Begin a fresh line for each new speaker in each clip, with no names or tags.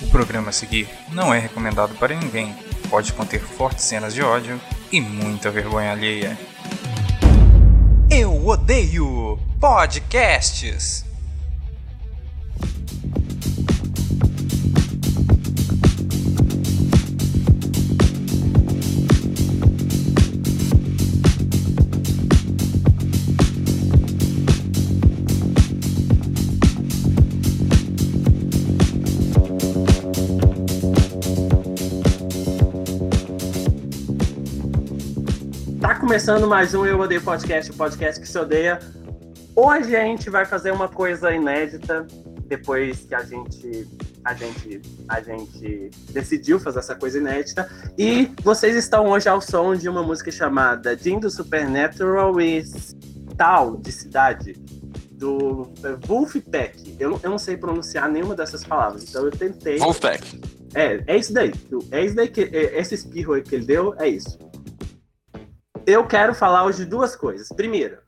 O programa a seguir não é recomendado para ninguém. Pode conter fortes cenas de ódio e muita vergonha alheia. Eu odeio podcasts.
Tá começando mais um Eu Odeio Podcast, o podcast que se odeia. Hoje a gente vai fazer uma coisa inédita, depois que a gente a gente a gente decidiu fazer essa coisa inédita. E vocês estão hoje ao som de uma música chamada Jim do Supernatural e Tal de Cidade do é, Wolfpack. Eu, não- eu não sei pronunciar nenhuma dessas palavras, então eu tentei.
Wolfpack.
É, é isso daí. É isso daí que é- esse espirro aí que ele deu, é isso. Eu quero falar hoje duas coisas. Primeira,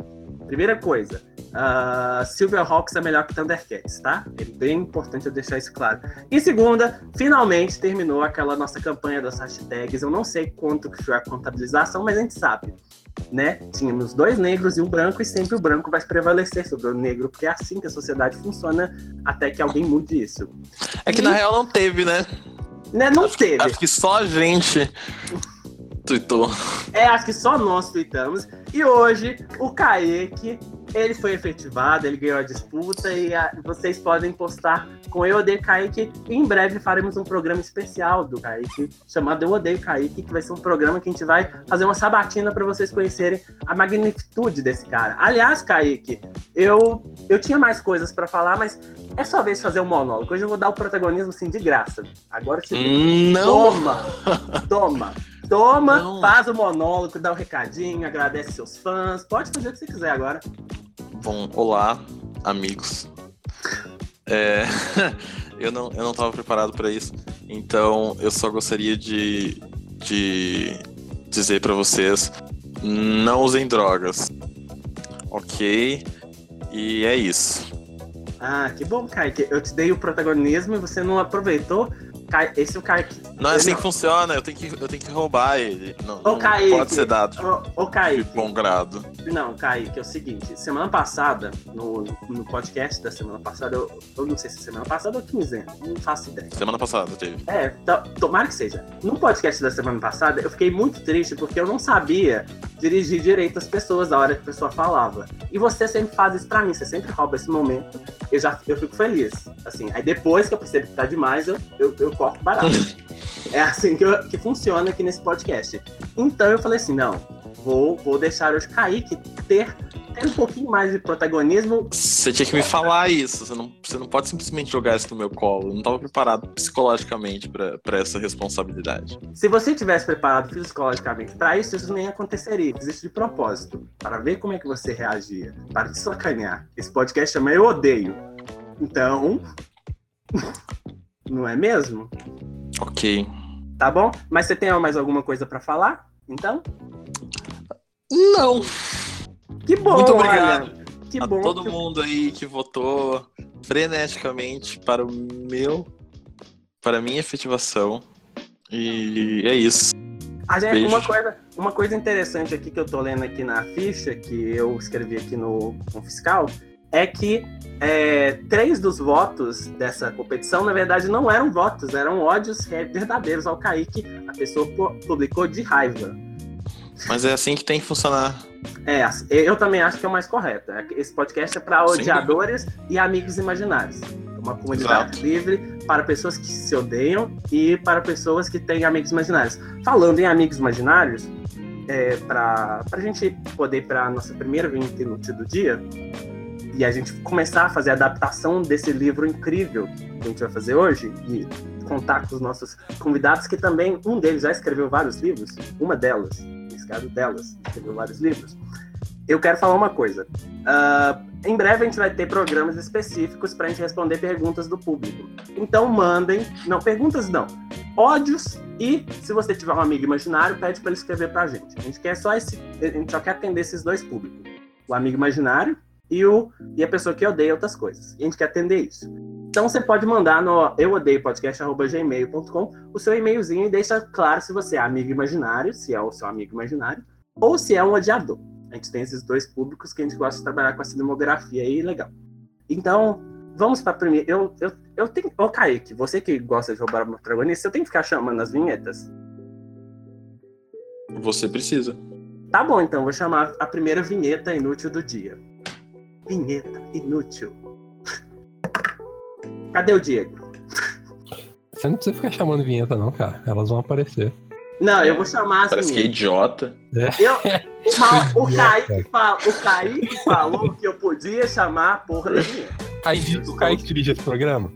primeira coisa, ah, Silverhawks é melhor que Thundercats, tá? É bem importante eu deixar isso claro. E segunda, finalmente terminou aquela nossa campanha das hashtags. Eu não sei quanto que foi a contabilização, mas a gente sabe, né? Tínhamos dois negros e um branco e sempre o branco vai prevalecer sobre o negro, porque é assim que a sociedade funciona até que alguém mude isso.
É que na real não teve, né?
Né? Não teve.
Acho que só a gente tuitou.
É, acho que só nós tweetamos. E hoje, o Kaique, ele foi efetivado, ele ganhou a disputa e ah, vocês podem postar com Eu Odeio Kaique. E em breve faremos um programa especial do Kaique, chamado Eu Odeio Kaique, que vai ser um programa que a gente vai fazer uma sabatina para vocês conhecerem a magnitude desse cara. Aliás, Kaique, eu, eu tinha mais coisas para falar, mas é só vez de fazer um monólogo. Hoje eu vou dar o protagonismo, assim, de graça. Agora se
Não!
Toma! Toma! Toma,
Não.
faz o monólogo, dá um recadinho, agradece seus fãs. Pode fazer o que você quiser agora.
Bom, olá, amigos. É, eu, não, eu não tava preparado pra isso, então eu só gostaria de, de dizer pra vocês: não usem drogas, ok? E é isso.
Ah, que bom, Kaique. Eu te dei o protagonismo e você não aproveitou. Kai- Esse é o Kaique.
Não é assim que funciona, eu tenho que, eu tenho que roubar ele. Não, não
Kaique.
pode ser dado
Ô, ô,
de
Kaique.
bom grado.
Não, Kaique, é o seguinte. Semana passada, no, no podcast da semana passada, eu, eu não sei se é semana passada ou quinzena, não faço ideia.
Semana passada teve.
É, to- tomara que seja. No podcast da semana passada, eu fiquei muito triste porque eu não sabia dirigir direito as pessoas na hora que a pessoa falava. E você sempre faz isso pra mim, você sempre rouba esse momento. Eu já eu fico feliz. Assim, aí depois que eu percebo que tá demais, eu, eu, eu corto barato. é assim que, eu- que funciona aqui nesse podcast. Então eu falei assim: não, vou, vou deixar hoje Kaique ter, ter um pouquinho mais de protagonismo.
Você tinha que me falar isso. Você não, você não pode simplesmente jogar isso no meu colo. Eu não tava preparado psicologicamente pra pra essa responsabilidade.
Se você tivesse preparado psicologicamente pra isso, isso nem aconteceria. Existe de propósito. Para ver como é que você reagia. Para te sacanear. Esse podcast chama Eu Odeio. Então. Não é mesmo?
Ok.
Tá bom? Mas você tem mais alguma coisa pra falar? Então?
Não!
Que bom!
Muito
olha.
obrigado
Que
a
bom.
todo
que-
mundo aí que votou freneticamente para o meu. para a minha efetivação. E é isso.
A Ah, gente,
Beijo.
uma, coisa, uma coisa interessante aqui que eu tô lendo aqui na ficha, que eu escrevi aqui no, no fiscal, é que é, três dos votos dessa competição, na verdade, não eram votos, eram ódios é, verdadeiros ao Kaique. A pessoa pu- publicou de raiva.
Mas é assim que tem que funcionar.
É, as- eu também acho que é o mais correto. É que Esse podcast é para
Sem
odiadores e amigos imaginários. É Uma comunidade
Exato.
livre para pessoas que se odeiam e para pessoas que têm amigos imaginários. Falando em amigos imaginários, é, para a gente poder ir para nossa primeira 20 minutos do dia e a gente começar a fazer a adaptação desse livro incrível que a gente vai fazer hoje e contar com os nossos convidados, que também um deles já escreveu vários livros, uma delas, nesse caso delas, escreveu vários livros. Eu quero falar uma coisa. Ah, em breve a gente vai ter programas específicos para a gente responder perguntas do público. Então mandem, não perguntas não, ódios e se você tiver um amigo imaginário, pede para ele escrever para a gente. A gente quer só esse, a gente só quer atender esses dois públicos, o amigo imaginário e o e a pessoa que odeia outras coisas. E a gente quer atender isso. Então você pode mandar no euodeiopodcast.gmail.com o seu e-mailzinho e deixa claro se você é amigo imaginário, se é o seu amigo imaginário, ou se é um odiador. A gente tem esses dois públicos que a gente gosta de trabalhar com essa demografia aí, legal. Então, vamos para a primeira. Eu, eu, eu tenho. Ô, Kaique, você que gosta de roubar uma protagonista, eu tenho que ficar chamando as vinhetas?
Você precisa.
Tá bom, então, vou chamar a primeira vinheta inútil do dia. Vinheta inútil. Cadê o Diego?
Você não precisa ficar chamando vinheta, não, cara. Elas vão aparecer.
Não, eu vou chamar as
Parece que é
vinhetas.
idiota.
Eu, o Ma- o, Kaique fala- o Kaique falou que eu podia chamar a porra da vinheta.
Kaique, o Kaique dirige esse programa?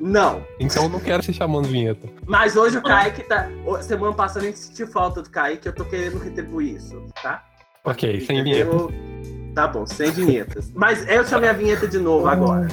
Não.
Então eu não quero ser chamando vinheta.
Mas hoje o Kaique tá. o- Semana passada a gente sentiu falta do Kaique, eu tô querendo retribuir isso, tá?
Ok, sem vinheta.
Entendeu? Tá bom, sem vinhetas. Mas eu chamei a vinheta de novo agora.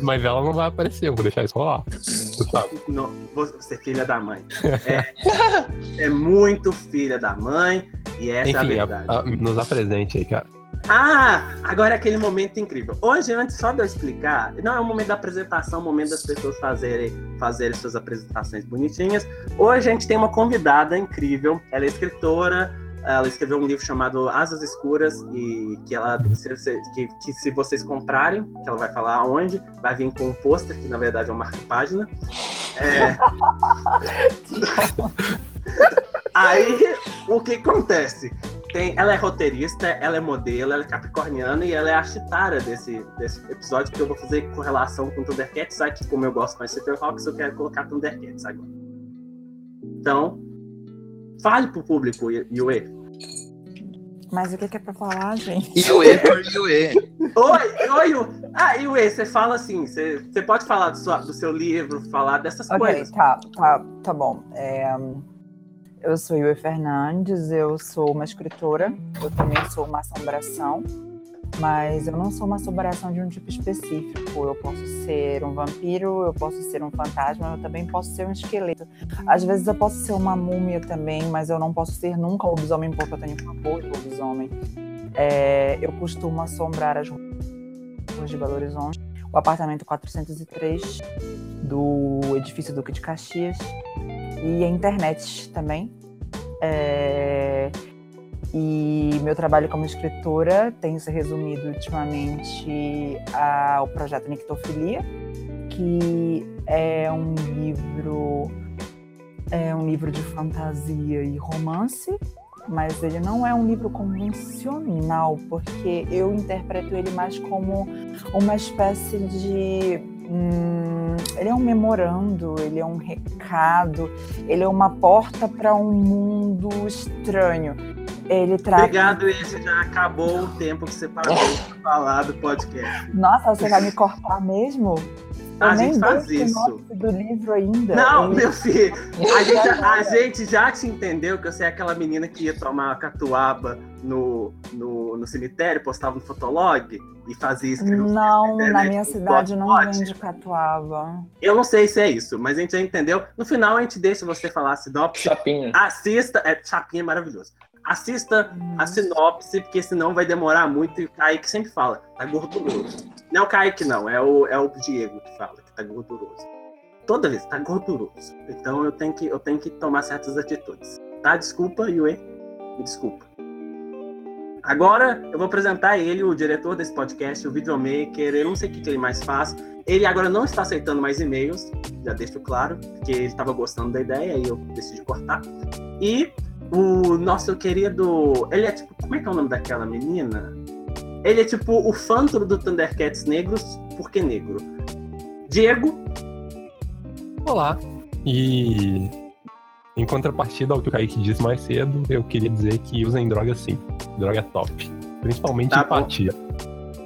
Mas ela não vai aparecer, eu vou deixar isso rolar. Tu sabe.
Não, você é filha da mãe. É, é muito filha da mãe e essa é a
Enfim,
verdade.
a- a- nos apresente aí, cara.
Ah, agora é aquele momento incrível. Hoje, antes só de eu explicar, não é o momento da apresentação, é o momento das pessoas fazerem, fazerem suas apresentações bonitinhas. Hoje a gente tem uma convidada incrível, ela é escritora, ela escreveu um livro chamado Asas Escuras, e que ela se, se- que, que se vocês comprarem, que ela vai falar aonde, vai vir com um pôster, que na verdade é um marca-página. É. Aí, o que acontece? Tem- ela é roteirista, ela é modelo, ela é capricorniana e ela é a chitara desse, desse episódio, que eu vou fazer correlação com Thundercats, sabe? Que como eu gosto mais de Silverhawks, eu quero colocar Thundercats agora. Então, fale pro público, Yue. Oi,
Mas o que, que é pra falar, gente?
Iue por Iue.
oi, Yue. Ah, Yue, você fala assim, você, você pode falar do, sua- do seu livro, falar dessas
Ok,
coisas.
tá, tá, tá bom. É, hum, eu sou Yui Fernandes, eu sou uma escritora, eu também sou uma assombração, mas eu não sou uma assombração de um tipo específico. Eu posso ser um vampiro, eu posso ser um fantasma, eu também posso ser um esqueleto. Às vezes eu posso ser uma múmia também, mas eu não posso ser nunca um lobisomem porque eu tenho pavor de lobisomem. É, eu costumo assombrar as ruas de Belo Horizonte, o apartamento é 403 do edifício Duque de Caxias e a internet também. É, E meu trabalho como escritora tem se resumido ultimamente ao projeto Nictofilia, que é um livro é um livro de fantasia e romance, mas ele não é um livro convencional, porque eu interpreto ele mais como uma espécie de Hum, ele é um memorando, ele é um recado, ele é uma porta para um mundo estranho. Ele trata.
Obrigado, esse já acabou o tempo que você parou de falar do podcast.
Nossa, você vai me cortar mesmo? Eu
A
nem
gente
dei
faz
o
isso.
sinopse do livro ainda.
Não,
Ele-
meu filho, a gente, a gente já te entendeu que você é aquela menina que ia tomar catuaba no, no, no cemitério, postava no fotolog e fazia escrever.
Não,
Ele-
na minha
Ele-
cidade não
Pode.
vende catuaba.
Eu não sei se é isso, mas a gente já entendeu. No final, a gente deixa você falar a sinopse.
Chapinha.
Assista, é, chapinha é maravilhoso. Assista a sinopse, porque senão vai demorar muito e o Kaique sempre fala, tá gorduroso. Não é o Kaique, não, é o, é o Diego que fala que tá gorduroso. Toda vez, tá gorduroso. Então eu tenho que, eu tenho que tomar certas atitudes. Tá? Desculpa, Yue. Me desculpa. Agora eu vou apresentar ele, o diretor desse podcast, o videomaker, eu não sei o que, que ele mais faz. Ele agora não está aceitando mais e-mails, já deixo claro, porque ele estava gostando da ideia e eu decidi cortar. E o nosso querido. Ele é tipo. Como é que é o nome daquela menina? Ele é tipo o fântaro do Thundercats Negros, porque negro. Diego,
Olá. E em contrapartida ao que o Kaique disse mais cedo, eu queria dizer que usem droga sim. Droga top. Principalmente
Tá bom.
empatia.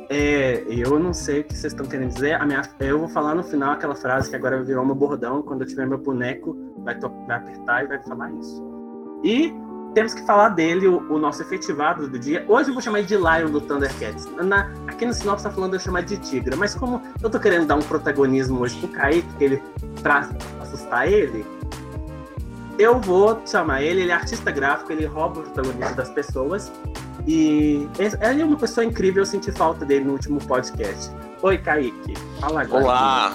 é, eu não sei o que vocês estão querendo dizer. A minha, eu vou falar no final aquela frase que agora virou meu bordão. Quando eu tiver meu boneco, vai, to- vai apertar e vai falar isso. E temos que falar dele, o, o nosso efetivado do dia. Hoje eu vou chamar ele de Lion do Thundercats. Na- aqui no Sinop tá falando eu chamar de Tigra, mas como eu tô querendo dar um protagonismo hoje pro Kaique, que ele pra assustar ele, eu vou chamar ele, ele é artista gráfico, ele rouba o protagonismo das pessoas. E esse- ele é uma pessoa incrível, eu senti falta dele no último podcast. Oi, Kaique. Fala agora.
Olá!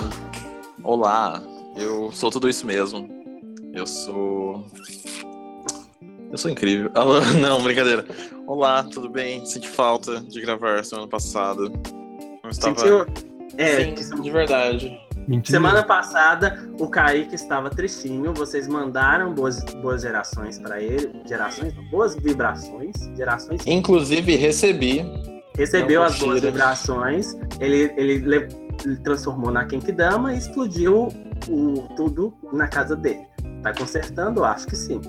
Olá! Eu sou tudo isso mesmo. Eu sou. Eu sou incrível. Alô, não, brincadeira. Olá, tudo bem? Senti falta de gravar semana passada. Não estava.
Sentiu? É,
Sim,
que
de
se-
verdade.
Mentira.
semana passada o Kaique estava tristinho, vocês mandaram boas, boas gerações pra ele. Gerações? não, Boas vibrações. Gerações.
Inclusive, recebi.
Recebeu
Não,
as boas
mentira.
vibrações, ele, ele, le- ele transformou na Kenkidama e explodiu o, tudo na casa dele. Tá consertando? Acho que sim.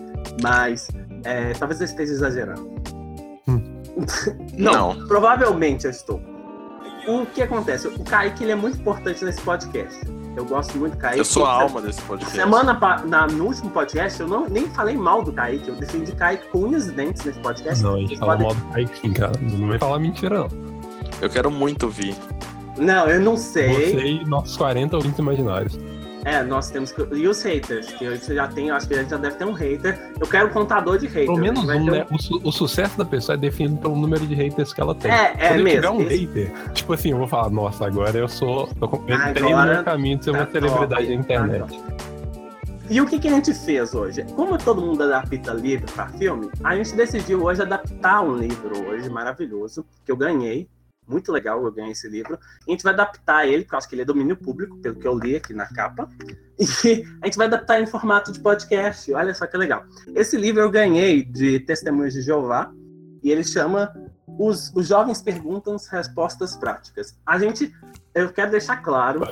Mas é, talvez eu esteja exagerando.
Não.
Provavelmente eu estou. O que acontece? O Kaique ele é muito importante nesse podcast. Eu gosto muito do Kaique.
Eu sou a
Se-
alma desse podcast.
Semana pa- na, no último podcast, eu não, nem falei mal do Kaique. Eu defendi Kaique com unhas e dentes nesse podcast.
Não, a gente
Vocês
fala
podem-
mal do Kaique sim, cara. Não vai falar mentira, não.
Eu quero muito ouvir.
Não, eu não sei.
Você e nossos 40 ouvintes imaginários.
É, nós temos que. E os haters, que hoje você já tem, eu acho que a gente já deve ter um hater. Eu quero um contador de haters.
Pelo menos
vai
um,
ter
né? O, su- o sucesso da pessoa é definido pelo número de haters que ela tem.
É, é
Quando eu tiver
mesmo.
um
Esse-
hater, tipo assim, eu vou falar, nossa, agora eu sou. Eu
Agora
entrei no meu caminho de ser uma
tá
celebridade
top,
da internet.
E o que, que a gente fez hoje? Como todo mundo adapta livro para filme, a gente decidiu hoje adaptar um livro hoje maravilhoso, que eu ganhei. Muito legal, eu ganhei esse livro. A gente vai adaptar ele, porque eu acho que ele é domínio público, pelo que eu li aqui na capa. E a gente vai adaptar em formato de podcast. Olha só que legal. Esse livro eu ganhei de Testemunhos de Jeová, e ele chama Os, os Jovens Perguntam Respostas Práticas. A gente, eu quero deixar claro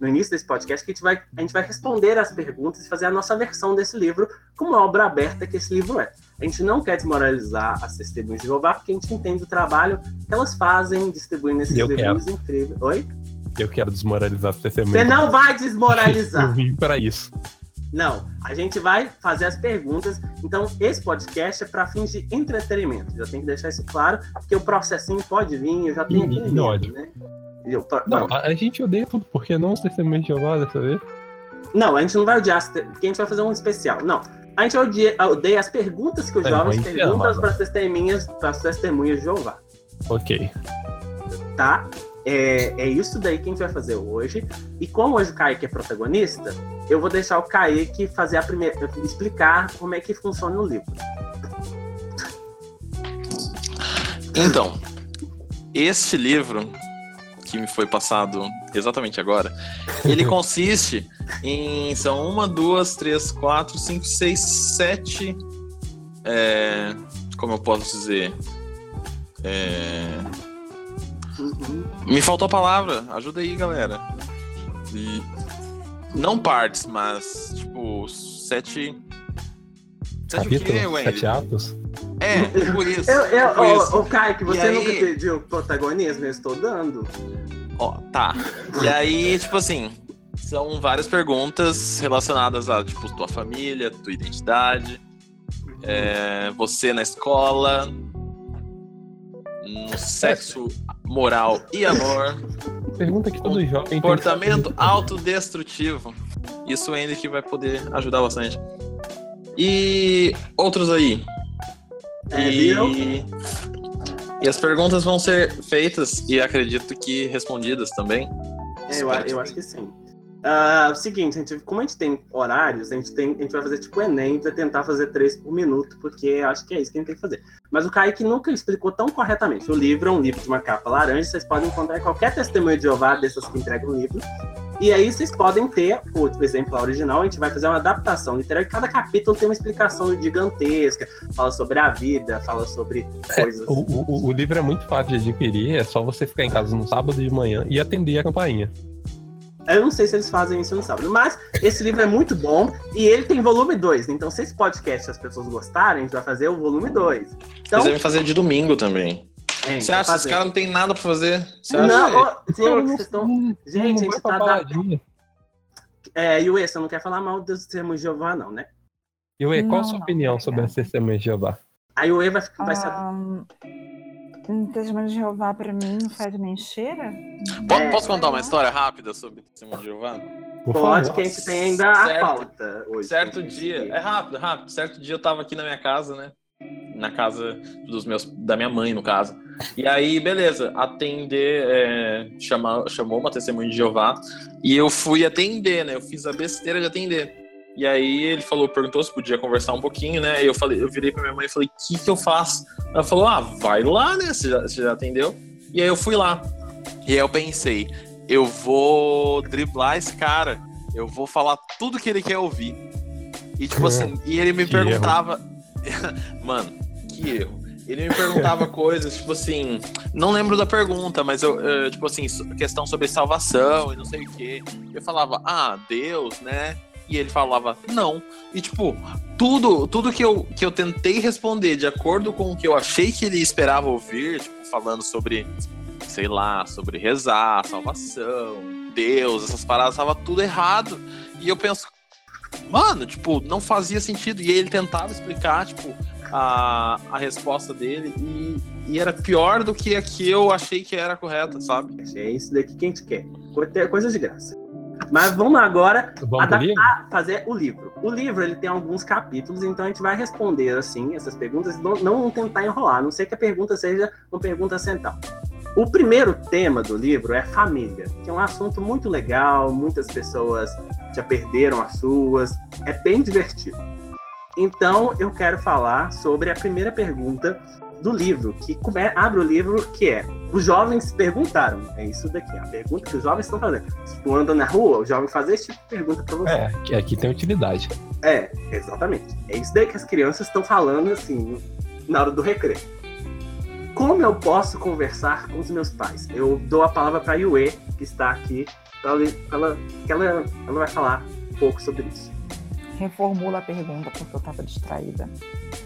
no início desse podcast que a gente vai, a gente vai responder as perguntas e fazer a nossa versão desse livro, como a obra aberta que esse livro é. A gente não quer desmoralizar as testemunhas de Jeová, porque a gente entende o trabalho que elas fazem distribuindo esses
Eu
livros incríveis. Oi?
Eu quero desmoralizar as testemunhas.
Você não vai
Eu
desmoralizar.
vim pra isso.
Não, a gente vai fazer as perguntas. Então, esse podcast é para fins de entretenimento. Já tem que deixar isso claro, porque o processinho pode vir, eu já tenho
E-
aqui
e
medo,
ódio.
né? E eu-
Uhum, Não, a, a gente odeia tudo, porque não os testemunhos de Jeová dessa vez.
Não, a gente não vai odiar, as te- porque a gente vai fazer um especial. Não. A gente odia, odeia as perguntas que os
É,
jovens
mas é,
perguntam
mano.
para as testemunhas, pras testemunhas de Jeová,
Ok.
tá? É, é isso daí que a gente vai fazer hoje. E como hoje o Kaique é protagonista, eu vou deixar o Kaique fazer a primeira. explicar como é que funciona o livro.
Então, este livro que me foi passado exatamente agora, ele consiste em são uma, duas, três, quatro, cinco, seis, sete, é, como eu posso dizer, É,
Uhum.
me faltou a palavra, ajuda aí, galera. E- não partes, mas tipo sete, sete o quê,
Capítulo?
Wendy?
Sete atos?
É, por isso.
Eu, eu,
por isso.
ô, ô, Kaique, você
aí-
nunca pediu protagonismo? Eu estou dando.
Ó, tá. E aí, tipo assim, são várias perguntas relacionadas a, tipo, tua família, tua identidade, é, você na escola, no sexo, moral e amor,
Pergunta que todo jovem. tem que
comportamento
saber.
autodestrutivo. Isso ainda que vai poder ajudar bastante. E outros aí.
É, viu?
e... e as perguntas vão ser feitas e acredito que respondidas também.
É, eu, a- eu acho que sim. Ah, seguinte, a gente, como a gente tem horários, a gente, tem, a gente vai fazer tipo Enem, vai tentar fazer três por minuto, porque acho que é isso que a gente tem que fazer. Mas o Kaique nunca explicou tão corretamente. O livro é um livro de uma capa laranja, vocês podem encontrar em qualquer testemunho de Jeová dessas que entregam o livro. E aí vocês podem ter o exemplar original, a gente vai fazer uma adaptação literária. Cada capítulo tem uma explicação gigantesca, fala sobre a vida, fala sobre coisas.
O, o- o- o livro é muito fácil de adquirir, é só você ficar em casa no sábado de manhã e atender a campainha.
Eu não sei se eles fazem isso no sábado, mas esse livro é muito bom e ele tem volume 2. Então, se esse podcast as pessoas gostarem, a gente vai fazer o volume 2. Então,
Eles devem fazer de domingo também.
é,
Você acha que esses caras não tem nada pra fazer? Você acha?
Não, ó, senhor, vocês estão.
Hum,
Gente, a
não vai
gente
pra
tá da.
paladinha.
É, e o Essa não quer falar mal dos termos de Jeová, não, né?
Eu, e qual a
Não, é
sua
não,
opinião
não.
sobre as testemunhas de Jeová?
Aí o E vai, ficar- vai ser.
Ah.
Ahn, Um testemunho Ah, de Jeová pra mim não faz nem cheira?
Po-
É.
Posso contar uma história rápida sobre o testemunho de Jeová?
Por
Pode,
favor.
que a gente tem ainda a
Certo.
pauta hoje.
Certo dia, é rápido, rápido. Certo dia eu tava aqui na minha casa, né? Na casa dos meus, da minha mãe, no caso. E aí, beleza, atender, é, chamar, chamou uma testemunha de Jeová e eu fui atender, né? Eu fiz a besteira de atender. E aí ele falou, perguntou se podia conversar um pouquinho, né? E eu falei, eu virei pra minha mãe e falei, o que, que eu faço? Ela falou, ah, vai lá, né? Você já, você já atendeu. E aí eu fui lá. E aí eu pensei, eu vou driblar esse cara, eu vou falar tudo que ele quer ouvir. E tipo assim, e ele me
Que
perguntava, mano, que erro. Ele me perguntava coisas, tipo assim, não lembro da pergunta, mas eu, eh, tipo assim, so- questão sobre salvação e não sei o quê. Eu falava, ah, Deus, né? E ele falava, não. E tipo, tudo, tudo que, eu, que eu tentei responder de acordo com o que eu achei que ele esperava ouvir, tipo, falando sobre, sei lá, sobre rezar, salvação, Deus, essas paradas, tava tudo errado. E eu penso, mano, tipo, não fazia sentido. E ele tentava explicar, tipo, a, a resposta dele e, e era pior do que a que eu achei que era correta, sabe?
É isso daqui que a gente quer. Coisa- Coisa de graça. Mas vamos lá agora
Vamos pro
Adaptar-
livro?
fazer o livro. O livro ele tem alguns capítulos, então a gente vai responder assim essas perguntas, não, não tentar enrolar, a não ser que a pergunta seja uma pergunta central. O primeiro tema do livro é família, que é um assunto muito legal, muitas pessoas já perderam as suas, é bem divertido. Então eu quero falar sobre a primeira pergunta do livro, que come- abre o livro, que é os jovens se perguntaram, é isso daqui, a pergunta que os jovens estão fazendo. Se tu anda na rua, o jovem faz esse tipo de pergunta pra você.
É, aqui- aqui tem utilidade.
É, exatamente. É isso daí que as crianças estão falando, assim, na hora do recreio. Como eu posso conversar com os meus pais? Eu dou a palavra para a Yue, que está aqui, para ela, pra ela, que ela, ela vai falar um pouco sobre isso.
Reformula a pergunta porque eu tava distraída.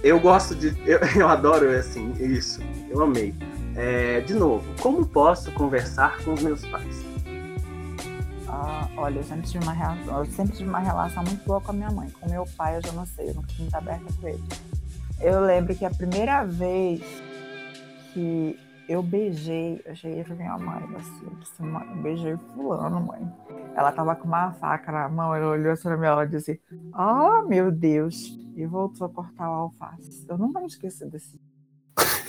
Eu gosto de. Eu, eu adoro, assim, isso. Eu amei. É, de novo, como posso conversar com os meus pais?
Ah, olha, eu sempre, tive uma relação, eu sempre tive uma relação muito boa com a minha mãe. Com meu pai, eu já não sei, eu nunca fui muito aberta com ele. Eu lembro que a primeira vez que eu beijei, eu cheguei pra minha mãe, assim, eu disse, "Mãe, eu beijei fulano, mãe. Ela tava com uma faca na mão, ela olhou assim na minha hora e disse, ah, meu Deus, e voltou a cortar o alface. Eu nunca me esqueci desse.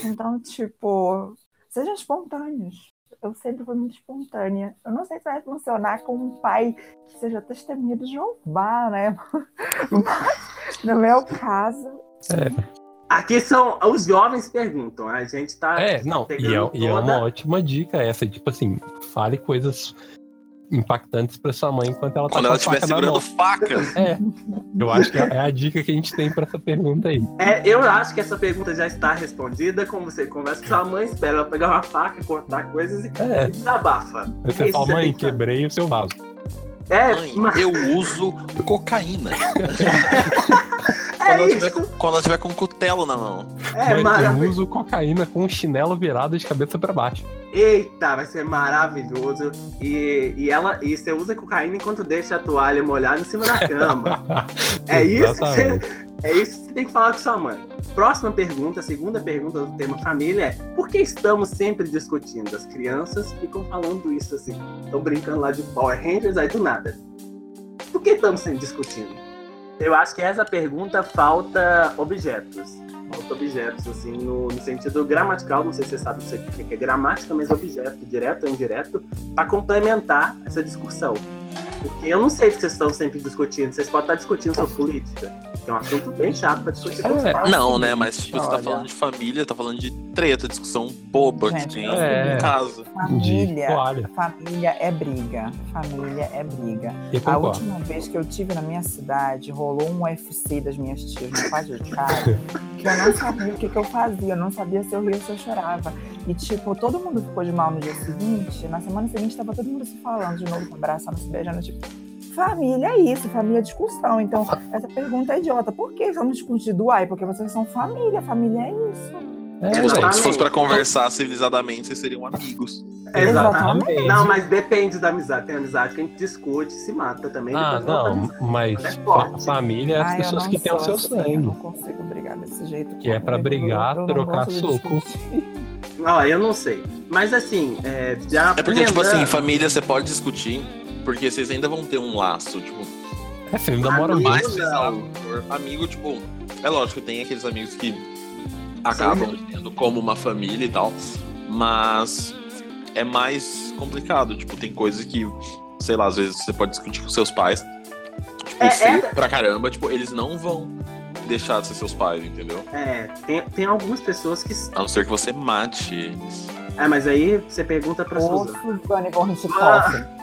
Então, tipo, sejam espontâneos eu sempre fui muito espontânea. Eu não sei se vai funcionar com um pai que seja testemunha de Jeová, né? Mas, no meu caso,
Aqui são. Os jovens perguntam, a gente tá está.
É, não, e é, e é uma ótima dica essa. Tipo assim, fale coisas impactantes pra sua mãe enquanto ela tá
Quando
com
ela
a faca
estiver
na
segurando
mão.
faca.
É, eu acho que é a dica que a gente tem pra essa pergunta aí.
É, eu acho que essa pergunta já está respondida. Como você conversa com sua mãe, espera ela pegar uma faca, cortar coisas e
É,
e desabafa.
você
Isso
fala,
é
mãe,
bem-
quebrei o seu vaso.
É,
Mãe,
mas
eu uso cocaína.
é
quando, ela tiver,
isso.
quando ela tiver com um cutelo na mão.
É
mãe, eu
maravilhoso.
uso cocaína com o chinelo virado de cabeça pra baixo.
Eita, vai ser maravilhoso. E, e ela, e você usa cocaína enquanto deixa a toalha molhada em cima da cama. É isso que você-
Exatamente.
É isso que você tem que falar com sua mãe. Próxima pergunta, segunda pergunta do tema família é: por que estamos sempre discutindo? As crianças ficam falando isso assim, estão brincando lá de Power Rangers, aí do nada. Por que estamos sempre discutindo? Eu acho que essa pergunta falta objetos. Falta objetos, assim, no, no sentido gramatical, não sei se você sabe isso aqui, o que é gramática, mas objeto, direto ou indireto, para complementar essa discussão. Porque eu não sei se vocês estão sempre discutindo, vocês podem estar discutindo sobre política, que é um assunto bem chato para discutir com os
É,
pais.
Não, né? Mas tipo, você tá
Olha.
falando de família, tá falando de treta, discussão boba que
Gente,
tem
é.
em casa.
De
família.
toalha.
Família é briga. Família é briga.
Eu
A
concordo.
última vez que eu tive na minha cidade, rolou um UFC das minhas tias no pátio de casa, que eu não sabia o que, que eu fazia, eu não sabia se eu ria ou se eu chorava. E, tipo, todo mundo ficou de mal no dia seguinte, na semana seguinte tava todo mundo se falando de novo, se abraçando, se beijando, tipo... Família é isso, família é discussão. Então, essa pergunta é idiota. Por que estamos discutindo? Ai, porque vocês são família, família é isso.
É,
Se fosse-
velho.
se fosse pra conversar civilizadamente, vocês seriam amigos.
Exatamente.
Não, mas depende da amizade. Tem amizade que a gente discute, se mata também.
Ah,
depois volta a
não, mas
É forte.
fa- família é as
Ai, eu
pessoas
não
que têm o
sou
seu
assim, Eu
sangue.
não consigo brigar desse jeito.
Que é pra
comigo,
brigar,
eu não
trocar
gosto de
soco.
discutir.
Ó, eu não sei. Mas assim, é, já.
É porque, tipo
lembrando-
assim, família você pode discutir, porque vocês ainda vão ter um laço. Tipo,
É, você ainda mora
Família.
mais.
mais pesado. Amigo, tipo, é lógico, tem aqueles amigos que acabam tendo como uma família e tal. mas é mais complicado. Tipo, tem coisas que, sei lá, às vezes você pode discutir com seus pais. Tipo,
É,
ser
é.
pra caramba, tipo, eles não vão deixar de ser seus pais, entendeu?
É, tem, tem algumas pessoas que.
A não ser que você mate eles.
Ah, mas aí você pergunta pra
Ou
Suzana.
Suzane von Richthofen.
Ah,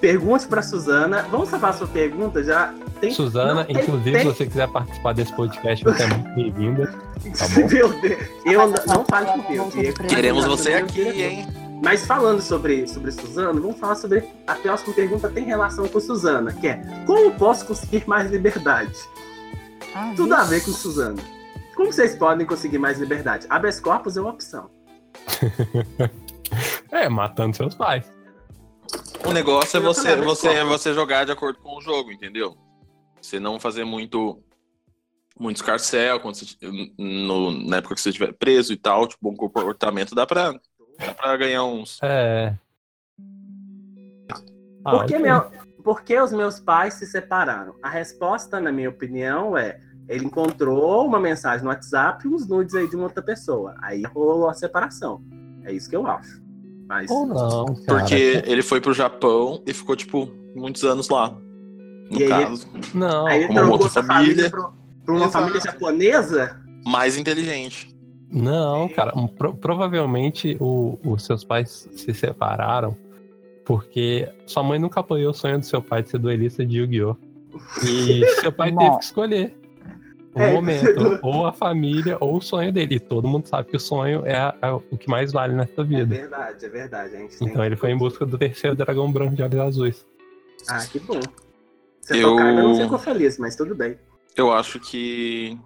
pergunte pra Suzana. Vamos salvar a sua pergunta já? Tem...
Suzana,
não,
inclusive, se
tem-
você quiser participar desse podcast, você é muito bem-vinda. tá bom.
Meu Deus, eu não, não falo com o Deus. Diego.
Queremos
Não,
você
eu
aqui,
quero-
hein?
Mas falando sobre, sobre Suzana, vamos falar sobre. A próxima pergunta tem relação com Suzana, que é como posso conseguir mais liberdade?
Ah,
Tudo a
vixe.
ver com Suzana. Como vocês podem conseguir mais liberdade? Habeas corpus é uma opção.
É, matando seus pais.
O negócio é
Eu também
você,
acho
você,
que-
você jogar de acordo com o jogo, entendeu? Você não fazer muito muito escarcel quando você, no, na época que você estiver preso e tal, tipo, bom comportamento dá pra, dá pra ganhar uns.
É. Ah,
por, que
ok.
meu- por que os meus pais se separaram? A resposta, na minha opinião, é ele encontrou uma mensagem no WhatsApp e uns nudes aí de uma outra pessoa. Aí rolou a separação. É isso que eu acho. Mas
Ou então não, cara.
Porque ele foi pro Japão e ficou, tipo, muitos anos lá. No
E aí-
caso.
Não,
aí ele
como
trocou
outra
essa família,
família.
pro- pra uma
Exato.
família japonesa?
Mais inteligente.
não, cara. um- pro- provavelmente o- os seus pais se separaram porque sua mãe nunca apoiou o sonho do seu pai de ser duelista de Yu-Gi-Oh! E seu pai teve
Não.
que escolher um
É,
momento, ou a família, ou o sonho dele. E todo mundo sabe que o sonho é, a- é o que mais vale nessa
É
vida.
verdade, é verdade. A gente tem
Então
que-
ele foi em busca do terceiro dragão branco de olhos azuis.
Ah, que bom. Você
Eu-
eu... tocada não ficou feliz, mas tudo bem.
Eu acho que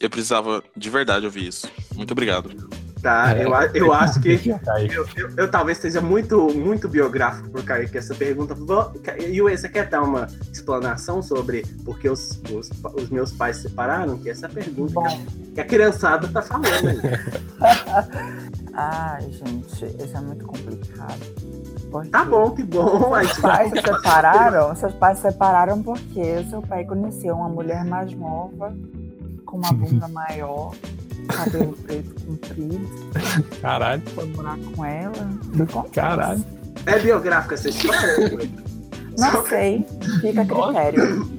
eu precisava de verdade ouvir isso. Muito obrigado.
Tá,
É.
eu, a- eu acho que
Aí,
Eu, eu- eu talvez seja muito, muito biográfico pro Kaique essa pergunta. Vó- Ca- Yue, você quer dar uma explanação sobre por que os, os, pa- os meus pais se separaram? Que essa é a pergunta
Bom,
que a criançada tá falando. aí.
ai, gente, isso é muito complicado. Porque
tá bom, que bom. A gente
Seus
vai-
pais se separaram? Seus pais se separaram porque seu pai conheceu uma mulher mais nova, com uma bunda maior, cabelo preto comprido,
Caralho,
foi morar com ela. Acontece.
caralho.
É biográfica essa história?
Não sei, fica a critério.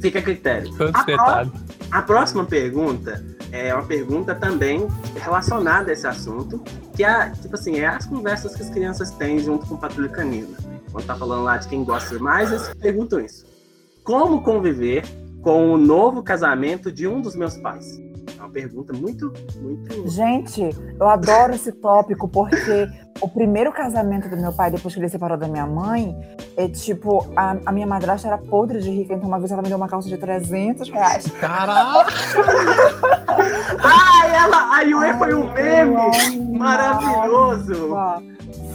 Fica a critério.
Tantos
Ah,
detalhes.
A próxima pergunta é uma pergunta também relacionada a esse assunto, que é, tipo assim, é as conversas que as crianças têm junto com o Patrulha Canina. Quando tá falando lá de quem gosta mais, eles perguntam isso. Como conviver com o novo casamento de um dos meus pais? É uma pergunta muito, muito...
Gente, eu adoro esse tópico porque o primeiro casamento do meu pai, depois que ele separou da minha mãe, é tipo, a, a minha madrasta era podre de rica, então uma vez ela me deu uma calça de 300 reais.
Caralho!
Ai, ela... A Yue foi um meme!
Ai,
Maravilhoso!
Ó,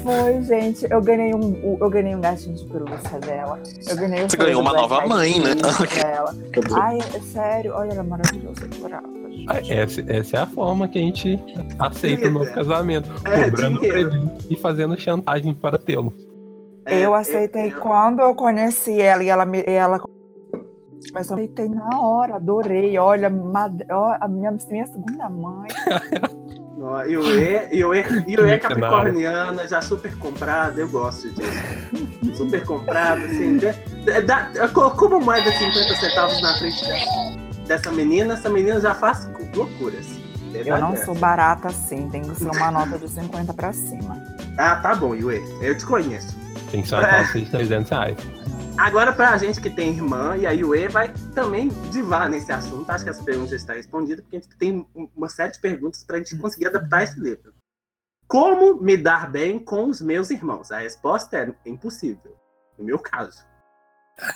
Foi, gente. Eu ganhei um, eu ganhei um gatinho de pelúcia dela. Eu ganhei um
Você ganhou uma nova mãe, né?
Dela. Ai, é sério. Olha, ela é maravilhosa. Eu adorava, gente.
Essa, essa é a forma que a gente aceita o novo casamento.
É,
cobrando
dinheiro.
presente e fazendo chantagem para tê-lo.
É,
eu aceitei
eu-
quando eu conheci ela e ela me. E ela... Mas eu aceitei na hora, adorei. Olha, mad... ó, a minha, minha segunda mãe.
Ó, Yue, Yue, Yue é
Mercenária.
capricorniana, já super comprada, eu gosto disso. Super comprada, assim. de- de- da- colocou uma moeda de 50 centavos na frente dessa, dessa menina, essa menina já faz cu- loucuras.
Eu
Verdade
não
é.
sou barata assim, tem que ser uma nota de 50 pra cima.
Ah, tá bom, Yue, eu te conheço.
Tem que ser uma
É.
calça de 300 reais.
Agora, pra gente que tem irmã, e a Yue vai também divar nesse assunto, acho que essa pergunta já está respondida, porque a gente tem um- uma série de perguntas pra gente conseguir adaptar esse livro. Como me dar bem com os meus irmãos? A resposta é impossível, no meu caso.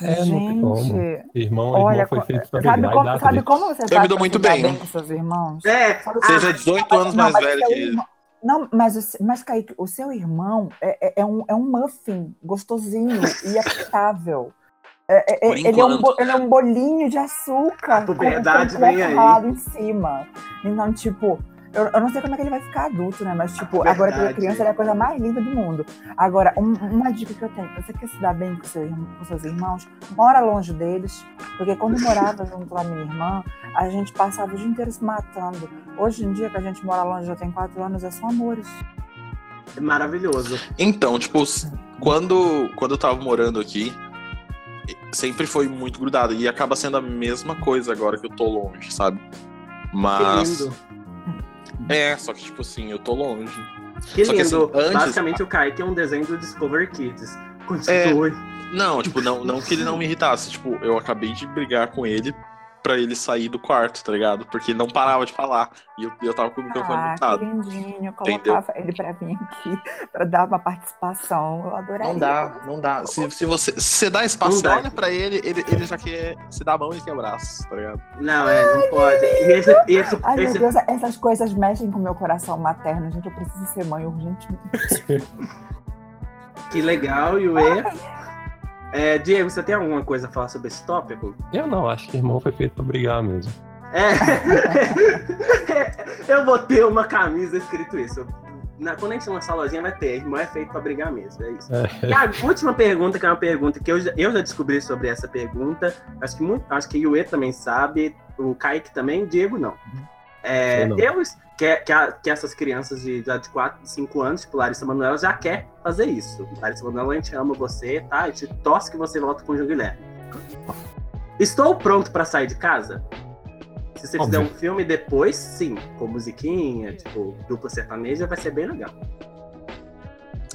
É, não tem como.
gente,
Irmão,
olha,
irmão foi
co-
feito pra
sabe
brigar e
como,
dar
sabe
treta.
como você
me
faz
dou
pra
muito
se dar
bem.
com seus irmãos?
É,
Sabe-
Seja 18 anos
assim, Não,
mais
mas
velho
seu
que ele.
irmão- Não, mas, o se- mas Kaique, o seu irmão é, é- é um, é um muffin gostosinho e apertável. É- é- é-
Por
ele, é um,
enquanto.
bo- ele é um bolinho de açúcar.
Ah,
A puberdade
com um
vem aí.
ralado em cima. Então, tipo, eu, eu não sei como é que ele vai ficar adulto, né? Mas, tipo, agora que ele é
Verdade.
criança, ele é a coisa mais linda do mundo. Agora, um- uma dica que eu tenho: você quer se dar bem com, seu, irmão- com seus irmãos, mora longe deles. Porque quando eu morava junto lá minha irmã, a gente passava o dia inteiro se matando. Hoje em dia, que a gente mora longe já tem quatro anos, é só amores.
É maravilhoso.
Então, tipo, s- quando, quando eu tava morando aqui, sempre foi muito grudado. E acaba sendo a mesma coisa agora que eu tô longe, sabe?
Que
Mas.
lindo.
É, só que, tipo assim, eu tô longe.
Que
Só que,
lindo.
assim, antes-
Basicamente, o Kaique é um desenho do Discover Kids. Continue.
Não, tipo, não, não que ele não me irritasse. Tipo, eu acabei de brigar com ele pra ele sair do quarto, tá ligado? Porque ele não parava de falar. E eu, eu tava com o microfone
Ah, que
mutado.
lindinho. Eu
Entendeu?
colocava ele pra vir aqui pra dar uma participação. Eu adoraria.
Não dá, não dá. Se, se você, se você dá espaço,
Não
você
dá.
olha pra ele, ele, ele já quer. Se dá a mão, ele quer o braço, tá ligado?
Não, é, não pode. E esse, e esse,
Ai, meu
esse-
Deus, essas coisas mexem com o meu coração materno, gente. Eu preciso ser mãe urgentemente.
que legal, Yue. É, Diego, você tem alguma coisa a falar sobre esse tópico?
Eu não, acho que irmão foi feito pra brigar mesmo.
É. Eu vou ter uma camisa escrito isso. Na, quando a gente lançar a lojinha, vai ter. Irmão é feito pra brigar mesmo. É isso.
É.
E a última pergunta, que é uma pergunta que eu, já- eu já descobri sobre essa pergunta. Acho que, muito, acho que Yue também sabe, o Kaique também, Diego não. É,
Eu não.
Eu, que, que, a- que essas crianças de, já de 4, 5 anos, tipo Larissa Manoela, já quer fazer isso. Larissa Manoela, a gente ama você, tá? A gente torce que você volta com o João Guilherme. Estou pronto pra sair de casa? Se você fizer
Óbvio.
um filme depois, sim, com musiquinha, tipo, dupla sertaneja, vai ser bem legal.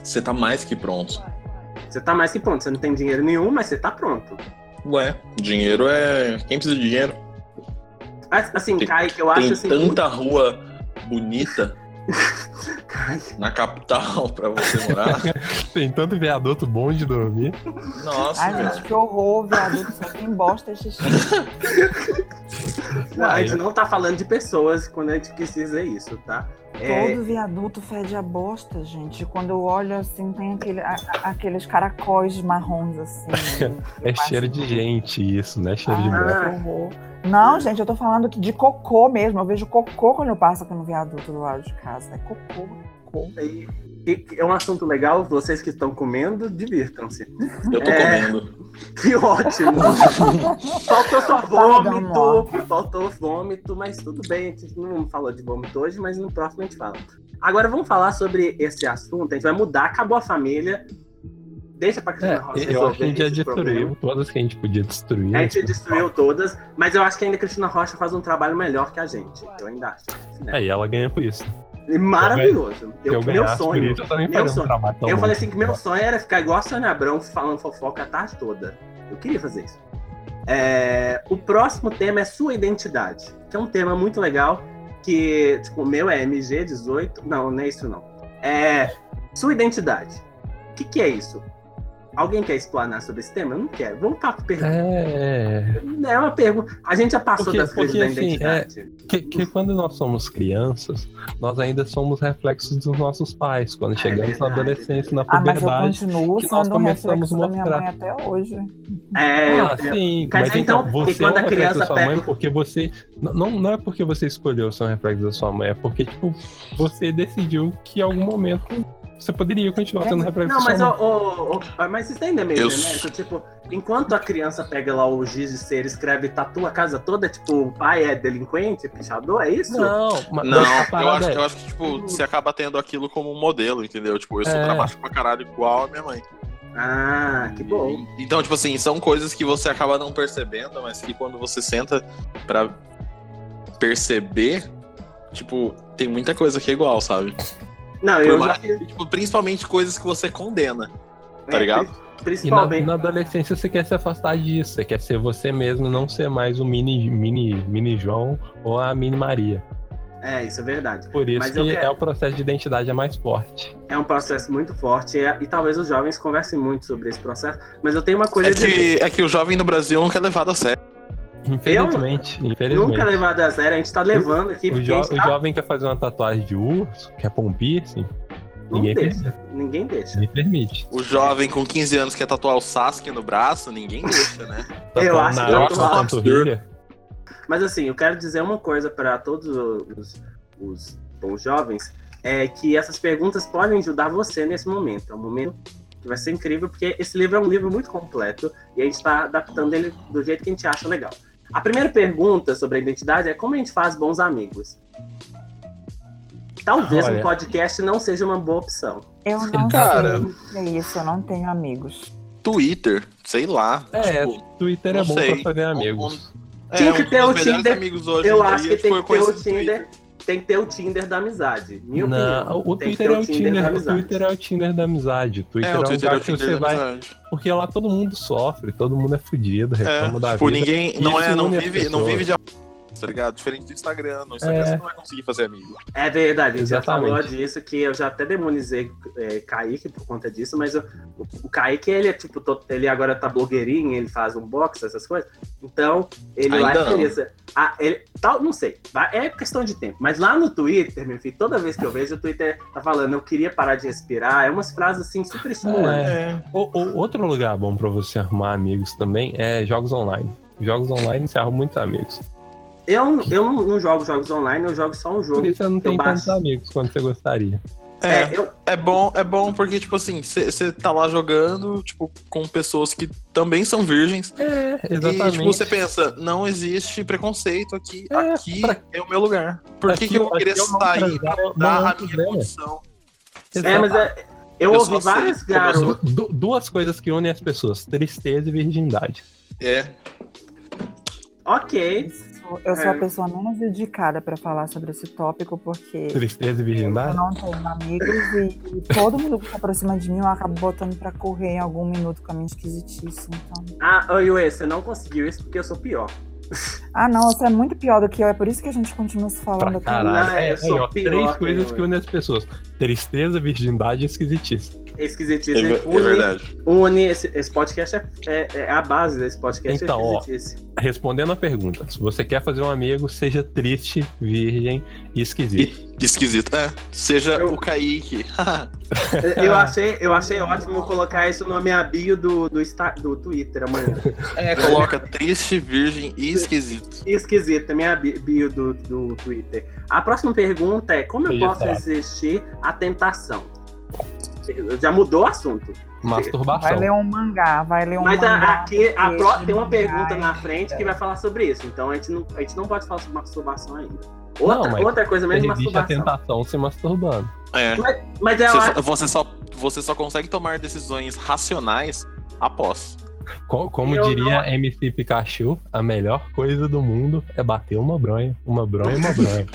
Você tá mais que pronto.
Você tá mais que pronto, você não tem dinheiro nenhum, mas você tá pronto.
Ué, dinheiro é. Quem precisa de dinheiro?
Mas, Assim,
Tem-
Kaique, eu acho
Tem
assim. muito-
tanta rua bonita
Kaique,
na capital pra você morar.
Tem tanto viaduto bom de dormir.
Nossa,
Ai,
velho.
é.
gente, que horror, viaduto. Só tem bosta e xixi.
não, a
Uai.
gente não tá falando de pessoas quando a gente quis dizer isso, tá? É,
Todo viaduto fede a bosta, gente. Quando eu olho assim, tem aquele, a- a- aqueles caracóis marrons assim.
É cheiro de gente isso, né? Cheiro de bosta.
Ah, que horror. Não, gente, eu tô falando que de cocô mesmo. Eu vejo cocô quando eu passo aqui no viaduto do lado de casa. É cocô, cocô.
E- e é um assunto legal, vocês que estão comendo, divirtam-se.
Eu tô
É.
comendo.
Que ótimo! faltou só
Pardon,
vômito, faltou vômito, mas tudo bem, a gente não falou de vômito hoje, mas no próximo a gente fala. Agora vamos falar sobre esse assunto, a gente vai mudar, acabou a família, deixa pra Cristina Rocha
É, eu acho que a gente já
esse problema.
destruiu todas que a gente podia destruir.
A gente destruiu todas, mas eu acho que ainda a Cristina Rocha faz um trabalho melhor que a gente, eu ainda acho. né?
É, e ela ganha por isso. Se
Maravilhoso,
É, Eu,
eu, meu
ganhasse
sonho.
por isso, eu também
meu
faria um
sonho.
trabalho tão
Eu
bom.
falei assim que meu sonho era ficar igual a Sônia Abrão falando fofoca a tarde toda. Eu queria fazer isso. É, o próximo tema é sua identidade, que é um tema muito legal, que, tipo, o meu é MG18. Não, não é isso não. É sua identidade. O que, que é isso? Alguém quer explanar sobre esse tema? Eu não quero. Vamos para pergunta.
É,
É uma pergunta. A gente já passou
Porque-
das coisas
porque,
da
assim,
identidade.
que, que quando nós somos crianças, nós ainda somos reflexos dos nossos pais. Quando chegamos na
verdade.
adolescência, na
Ah, mas eu
puberdade.
continuo
que nós
sendo um
começamos
reflexo da minha
mostrar.
mãe até hoje.
É,
Ah,
eu-
sim,
Quer
mas
dizer,
então,
então, que
você é
quando
um
a criança
reflexo da sua mãe
pega-
porque você. Não, não- não é porque você escolheu ser um reflexo da sua mãe, é porque, tipo, você decidiu que em algum momento você poderia continuar sendo um reflexo
Não,
da
mas,
sua mãe.
o, mas isso ainda é meio
Eu-
genérico. Tipo, enquanto a criança pega lá o giz de cera, escreve e tatua a casa toda, tipo, o pai é delinquente, pichador, é isso?
Não, mas
Não,
a
eu
parada
acho,
é-
eu acho que, tipo, você acaba tendo aquilo como um modelo, entendeu? Tipo, eu sou
É.
dramático pra caralho igual a minha mãe.
Ah, que bom.
Então, tipo assim, são coisas que você acaba não percebendo, mas que quando você senta pra perceber, tipo, tem muita coisa que é igual, sabe?
Não,
Por
eu já
mais
fiz.
que, tipo, principalmente coisas que você condena.
é,
Tá ligado?
pri-
E na,
Principalmente.
na adolescência você quer se afastar disso, você quer ser você mesmo, não ser mais o mini, mini, mini João ou a mini Maria.
É, isso é verdade.
Por isso
Mas eu
que
quero-
é o processo de identidade é mais forte.
É um processo muito forte é- e talvez os jovens conversem muito sobre esse processo. Mas eu tenho uma coisa
É
de
que, é que o jovem no Brasil não é levado a sério.
Infelizmente, infelizmente.
nunca levado a sério, a gente tá levando aqui.
o,
porque
jo-
a gente
o
tá-
jovem quer fazer uma tatuagem de urso, quer pôr um piercing,
não
ninguém
deixa. Ninguém deixa.
ninguém permite.
O jovem com 15 anos quer tatuar o Sasuke no braço, ninguém deixa, né?
Eu
Tatuar
acho
na
que eu
alça,
tô
na
absurdo.
panturrilha.
Mas assim, eu quero dizer uma coisa para todos os, os bons jovens, é que essas perguntas podem ajudar você nesse momento. É um momento que vai ser incrível, porque esse livro é um livro muito completo e a gente está adaptando ele do jeito que a gente acha legal. A primeira pergunta sobre a identidade é como a gente faz bons amigos? Talvez
Olha.
um podcast não seja uma boa opção.
Eu não
Cara.
sei o que é isso, eu não tenho amigos.
Twitter, sei lá.
É,
tipo,
Twitter
não
é bom
sei.
pra fazer
Um-
amigos.
Tinha que
um
ter o
dos melhores
Tinder.
Amigos hoje
Eu
em
acho
dia tipo,
que tem
foi
que ter o
conhecido no
Tinder. Tem que ter o Tinder da amizade. Minha
Não,
opinião. Tem
o
que
Twitter
ter
é o
da
Tinder, o
amizade.
Twitter é o Tinder da amizade. O Twitter
É,
é,
o
um
Twitter é
lugar
o
que
Tinder
você
da
vai.
amizade.
Porque lá todo mundo sofre, todo mundo é fudido,
É,
reclama da
tipo,
vida.
ninguém. Não,
Isso
é, não,
une as
vive, não
pessoas.
vive de amigos, tá ligado? Diferente do Instagram. No Instagram
É.
você não vai conseguir fazer amigo.
É verdade, a gente já
Exatamente.
falou disso, que eu já até demonizei é, Kaique por conta disso, mas o, o Kaique, ele é tipo, to- ele agora tá blogueirinho, ele faz um box, essas coisas. Então, ele lá
Ainda
é
não.
feliz. Ah, ele, tal, não sei, vai- é questão de tempo. Mas lá no Twitter, meu filho, toda vez que eu vejo, o Twitter tá falando, eu queria parar de respirar. É umas frases assim super estimulantes.
É.
né?
O- o- outro lugar bom pra você arrumar amigos também é jogos online. Jogos online você arruma muitos amigos.
Eu, eu não, não jogo jogos online, eu jogo só um
Por
jogo.
isso você não tem
baixo.
tantos amigos quanto você gostaria.
É, eu,
É bom, é bom porque, tipo assim, você tá lá jogando, tipo, com pessoas que também são virgens.
É,
E,
exatamente.
tipo, você pensa, não existe preconceito aqui.
É,
aqui
pra-
é o meu lugar. Por que,
Aqui-
que eu vou
aqui é
querer
não
sair
transar,
pra
não é um
dar a
antes
minha
dela.
condição?
é, mas é- eu,
Eu só
ouvi várias
aceito como eu
garotas.
sou.
Du- du- duas coisas que unem as pessoas: tristeza e virgindade.
É.
Ok.
Eu sou
É.
a pessoa menos indicada pra falar sobre esse tópico, porque
Tristeza e
eu
virgindade?
não tenho amigos e, e todo mundo que se aproxima de mim eu acabo botando pra correr em algum minuto com a minha esquisitice. Então...
Ah, ô, Yue, você não conseguiu isso porque eu sou pior.
Ah, não, você é muito pior do que eu, é por isso que a gente continua se falando
Pra
aqui.
caralho.
Ah, eu
É,
sou
aí, ó,
pior,
três
meu
coisas que
Deus.
unem as pessoas: tristeza, virgindade e esquisitice.
É,
Esquisitice.
ver- é
une,
verdade.
une esse, esse podcast é, é- é a base desse podcast.
Então,
é
ó.
esquisitice.
Respondendo a pergunta: se você quer fazer um amigo, seja triste, virgem e esquisito.
Esquisito. É. Seja
Eu-
o Kaique.
Eu achei, eu achei ótimo colocar isso no minha bio do, do, Insta- do Twitter amanhã.
É, coloca triste, virgem e esquisito.
Esquisito, minha bi- bio do, do Twitter. A próxima pergunta é: como eu
Eita.
posso resistir à tentação? Já mudou o assunto.
Vai
Masturbação.
ler um mangá, vai ler um
Mas a-
mangá.
aqui a
porque
pró- tem uma
mangá
pergunta né?
é-
na frente que vai falar sobre isso. Então a gente não, a gente não pode falar sobre masturbação ainda.
Não,
Outra,
mas
outra coisa
Você
um mesmo,
resiste à
masturbação.
tentação se masturbando.
É.
Mas eu
Você
acho
só, você, só, você só consegue tomar decisões racionais após.
Co- Como
Eu
diria MC Pikachu, a melhor coisa do mundo é bater uma bronha. Uma bronha, uma bronha.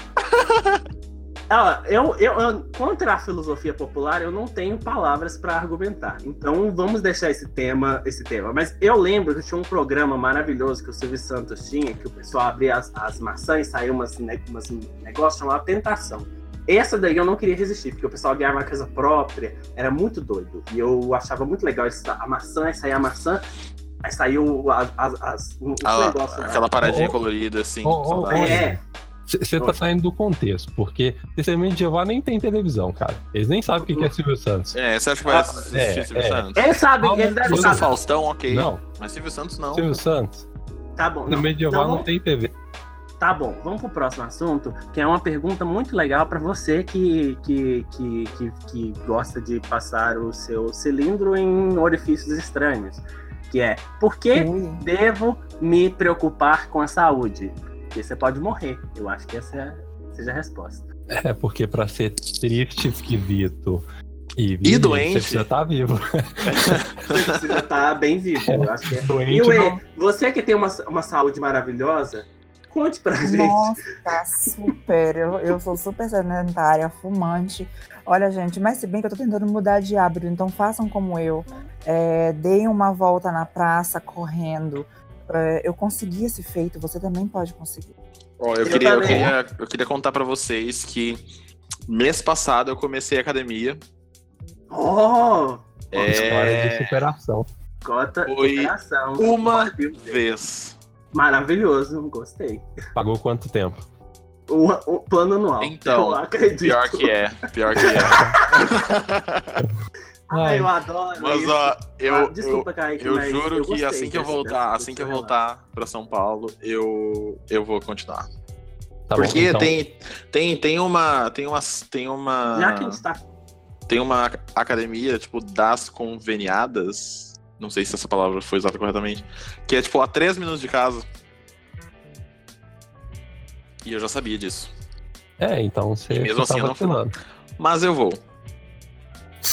Ah, eu, eu, eu- contra a filosofia popular, eu não tenho palavras para argumentar. Então, vamos deixar esse tema, esse tema. Mas eu lembro que tinha um programa maravilhoso que o Silvio Santos tinha, que o pessoal abria as, as maçãs e saiu umas, ne- umas negócios chamado Tentação. Essa daí eu não queria resistir, porque o pessoal ganhava uma casa própria, era muito doido. E eu achava muito legal isso, a maçã, aí saía a maçã, aí saiu as, as, as, os
A-
negócios lá.
aquela paradinha
Oh.
colorida, assim.
Oh, oh,
saudade.
coisa.
É,
Você tá saindo do contexto, porque esse medieval nem tem televisão, cara. Eles nem sabem o que que é Silvio Santos.
É, você acha que vai
Ah,
assistir
é,
Silvio
é.
Santos?
ele sabe, ele
Se
deve
fosse o
saber.
Faustão, ok.
Não,
Mas Silvio Santos não.
Silvio Santos.
Tá bom.
No
não.
medieval
Então,
não tem TV.
Tá bom, vamos pro próximo assunto, que é uma pergunta muito legal para você que, que, que, que, que gosta de passar o seu cilindro em orifícios estranhos. Que é, por que
Ui.
devo me preocupar com a saúde? Porque você pode morrer. Eu acho que essa é, seja a resposta.
É porque pra ser triste, esquisito e,
E doente.
Você precisa estar vivo.
Você já tá bem vivo, eu acho que é.
Doente
E
não.
Uê, você que tem uma, uma saúde maravilhosa, conte pra gente.
Nossa, super. Eu, eu sou super sedentária, fumante. Olha, gente, mas se bem que eu tô tentando mudar de hábito, então façam como eu. É, deem uma volta na praça correndo. É, eu consegui esse feito, você também pode conseguir.
Ó,
Eu
eu, queria, eu,
também.
queria, eu queria contar pra vocês que mês passado eu comecei a academia.
Oh,
História de
É,
superação.
cota
Foi
de coração.
uma vez.
Maravilhoso, gostei.
Pagou quanto tempo?
O, o plano anual.
Então,
eu acredito.
Pior que é, pior que é.
Ah, eu adoro.
Mas
isso.
ó, eu,
Ah,
eu-
Desculpa, Kaique,
Eu
mas
juro que
gostei
assim que eu
desse-
voltar,
desse-
assim
desse
que eu
relato.
voltar pra São Paulo, eu eu vou continuar.
Tá bom,
Porque
então.
tem tem tem uma tem uma tem uma
Já que a gente tá.
tem uma academia tipo das conveniadas, não sei se essa palavra foi usada corretamente, que é tipo a três minutos de casa. E eu já sabia disso.
É, então você
E mesmo
você
assim eu
tá
não fui.
vacilando.
Mas eu vou.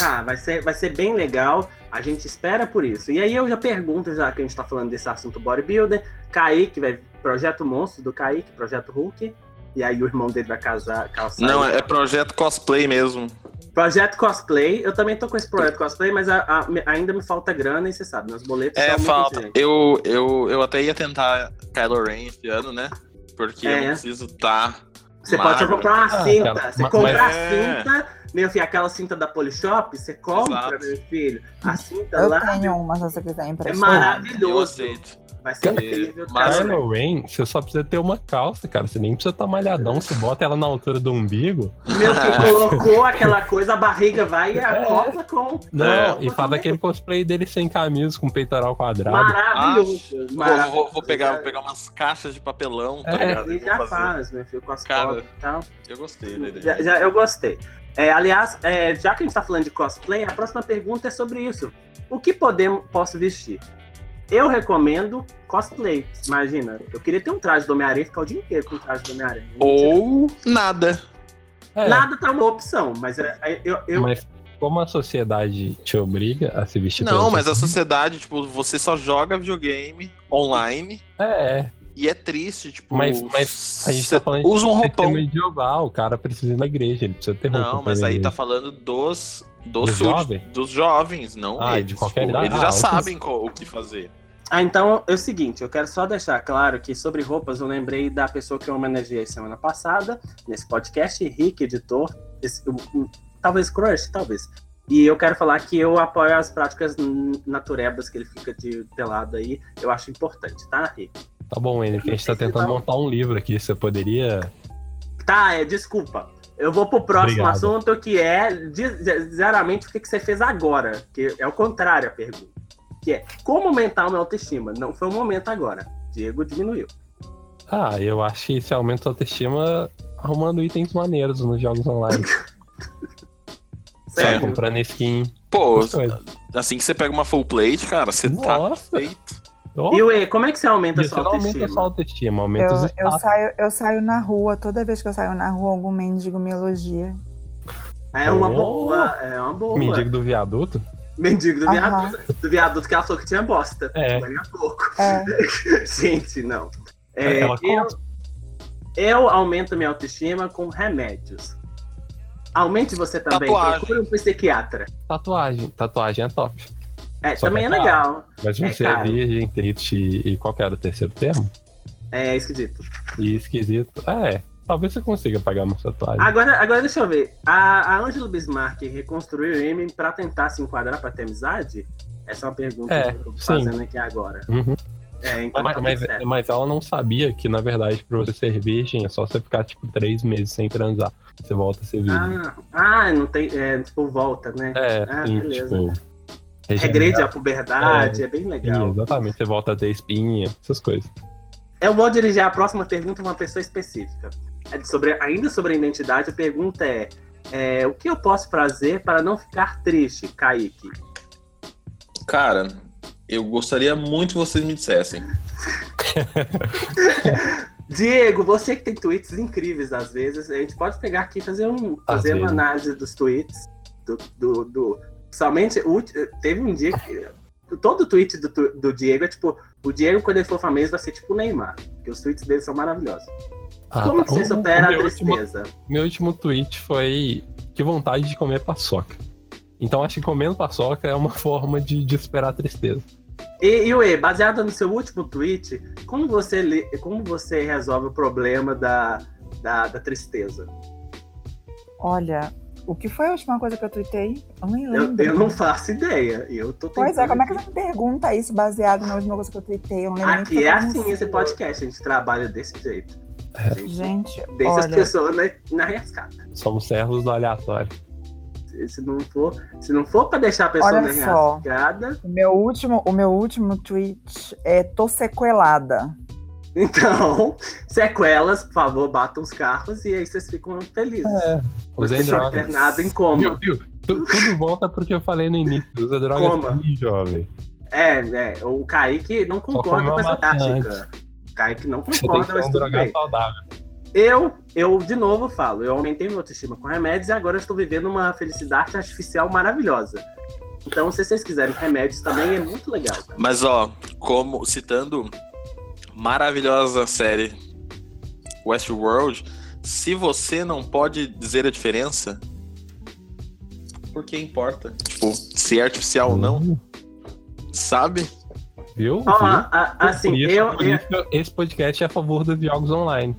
Ah, vai ser, vai ser bem legal. A gente espera por isso. E aí eu já pergunto, já que a gente tá falando desse assunto bodybuilder, Kaique, vai, projeto monstro do Kaique, projeto Hulk. E aí o irmão dele vai casar, calçar.
Não,
ele.
é projeto cosplay mesmo.
Projeto cosplay. Eu também tô com esse projeto cosplay, mas a- a- me- ainda me falta grana e você sabe, meus boletos
É,
são muito
falta.
urgentes.
Eu, eu, eu até ia tentar Kylo Ren esse ano, né? Porque eu
É.
não preciso tá. estar.
Você pode só
magro.
comprar uma
Ah,
cinta.
cara,
você
mas-
compra a
mas- É.
cinta, meu filho, aquela cinta da Polishop, você compra,
Exato.
meu filho. A cinta
Eu
Tá lá
tenho um uma, se você quiser
é
emprestar.
Eu
maravilhosa.
aceito.
Vai ser
Cara,
incrível.
mas-
cara.
Kylo Ren, você só precisa ter uma calça, cara. Você nem precisa estar malhadão. Você bota ela na altura do umbigo.
Meu filho colocou aquela coisa, a barriga vai e acopla com.
É. Não,
É.
e faz aquele cosplay dele sem camisa, com peitoral quadrado.
Maravilhoso.
Vou,
maravilhoso.
vou- vou pegar, vou pegar umas caixas de papelão, tá
É.
ligado? E
Ele
vou
já
fazer.
faz, meu filho, com as
Cara,
cobras e tal.
Eu gostei dele.
Já, já- eu gostei. É, aliás, é, já que a gente tá falando de cosplay, a próxima pergunta é sobre isso. O que podemos, posso vestir? Eu recomendo cosplay. Imagina, eu queria ter um traje do Homem-Aranha e ficar o dia inteiro com o traje do Homem-Aranha.
Ou nada.
É,
Nada tá uma opção, mas é, é, eu, eu,
Mas como a sociedade te obriga a se vestir
Não,
pelo-
mas a sociedade, tipo, você só joga videogame online
É, é.
e é triste, tipo.
Mas- mas a gente tá
cê
falando de
usa um roupão.
Sistema medieval, Ah, o cara precisa ir na igreja, ele precisa ter roupa.
Não, mas
pra
aí
ir na
tá falando dos dos,
Dos
sud-
jovens?
dos jovens, não
Ah,
eles.
de qualquer
tipo,
idade.
eles
Ah,
já
ok.
sabem co- o que fazer.
Ah, então é o seguinte, eu quero só deixar claro que sobre roupas eu lembrei da pessoa que eu homenageei semana passada nesse podcast, Rick, editor, esse- um- um- talvez crush, talvez. E eu quero falar que eu apoio as práticas n- naturebas que ele fica de pelado aí, eu acho importante, tá, Rick?
igreja. Tá bom, Henrique, a gente tá tentando montar um livro aqui, você poderia...
Tá, é, desculpa. Eu vou pro próximo
Obrigado.
assunto que é, de- de- sinceramente, o que que você fez agora, que é o contrário a pergunta, que é como aumentar o meu autoestima? Não foi o momento agora, Diego diminuiu.
Ah, eu acho que isso aumenta a autoestima arrumando itens maneiros nos jogos online.
É.
Sério.
Comprando skin,
Pô,
essas coisas.
assim que você pega uma full plate, cara, você tá
Nossa.
feito.
Oh,
E o como é que você aumenta a
isso
sua
não aumenta a
autoestima?
sua autoestima, aumenta os
Eu, eu,
status.
saio, eu saio na rua, toda vez que eu saio na rua, algum mendigo me elogia.
É uma
Oh.
boa, é uma boa.
Mendigo do viaduto?
Mendigo do
Aham.
viaduto, do viaduto que ela falou que tinha bosta.
É.
Daqui a pouco.
É.
Gente, não. É,
Aquela
eu,
coisa.
eu aumento minha autoestima com remédios. Aumente você também.
Tatuagem.
Procure um psiquiatra.
Tatuagem. Tatuagem é top.
É,
Só
também é
que é
legal.
Mas
É,
você
cara.
é virgem, triste e- e qual que era o terceiro termo?
É esquisito.
E esquisito. É, talvez você consiga pagar uma tatuagem.
Agora, agora deixa eu ver. A, a Angela Bismarck reconstruiu o Eminem pra tentar se enquadrar pra ter amizade? Essa é uma pergunta
É,
que eu tô
sim.
fazendo aqui agora.
Uhum.
É, então
Mas,
tá
mas-
tudo certo.
mas ela não sabia que, na verdade, pra você ser virgem é só você ficar, tipo, três meses sem transar. Você volta a ser virgem.
Ah, ah, não tem. É, tipo, volta, né?
é,
ah,
sim,
beleza.
tipo.
Regride à puberdade, é, bem legal.
Exatamente, você volta a ter espinha, essas coisas.
Eu vou dirigir a próxima pergunta a uma pessoa específica. É de sobre, ainda sobre a identidade, a pergunta é, é, o que eu posso fazer para não ficar triste, Kaique?
Cara, eu gostaria muito que vocês me dissessem.
Diego, você que tem tweets incríveis às vezes, a gente pode pegar aqui e fazer, um,
Às
fazer uma
vezes.
análise dos tweets. Do, do, do- somente o ulti- teve um dia que. Todo tweet do, tu- do Diego é tipo. O Diego, quando ele for famoso, vai ser tipo o Neymar. Porque os tweets dele são maravilhosos.
Ah,
Como que
tá.
você
O-
supera
o
a
meu último-
tristeza?
Meu último tweet foi que vontade de comer paçoca. Então acho que comendo paçoca é uma forma de, de superar a tristeza.
E, e Uê, baseado no seu último tweet, como você, li- como você resolve o problema da, da, da tristeza?
Olha, o que foi a última coisa que eu tuitei? Eu nem
Eu,
lembro.
eu não faço ideia. Eu tô
Pois é,
tentando
como é que você me pergunta isso baseado na última coisa que eu tuitei? Eu não lembro nem
Aqui
que
é
eu
assim
anunciei.
esse podcast, a gente trabalha desse jeito.
É.
A gente
Gente,
deixa as
olha,
pessoas na, na arriscada.
Somos servos do aleatório.
Se não for, se não for pra deixar a pessoa
Olha
na
só.
arriscada,
o meu, último, o meu último tweet é tô sequelada.
então, sequelas, por favor, batam os carros e aí vocês ficam felizes.
Usei
Você
É. drogas.
internado é em coma.
Viu, viu? Tu- tudo volta porque eu falei no início. Usa drogas
Coma.
sim, jovem.
É, é, o Kaique não
comeu
concorda com
uma
essa
maçã
tática. O Kaique não
Você tem
concorda,
que ser
mas
um
tudo
drogado
bem.
saudável.
Eu, eu de novo falo, eu aumentei minha autoestima com remédios e agora eu estou vivendo uma felicidade artificial maravilhosa. Então, se vocês quiserem remédios também, é muito legal. cara.
Mas ó, como citando maravilhosa série Westworld, se você não pode dizer a diferença, por que importa? Tipo, se é artificial ou não, sabe?
Viu?
Ó, a- a-
Viu?
assim,
Por isso-
eu,
por
eu-
isso que Esse podcast é a favor dos jogos online.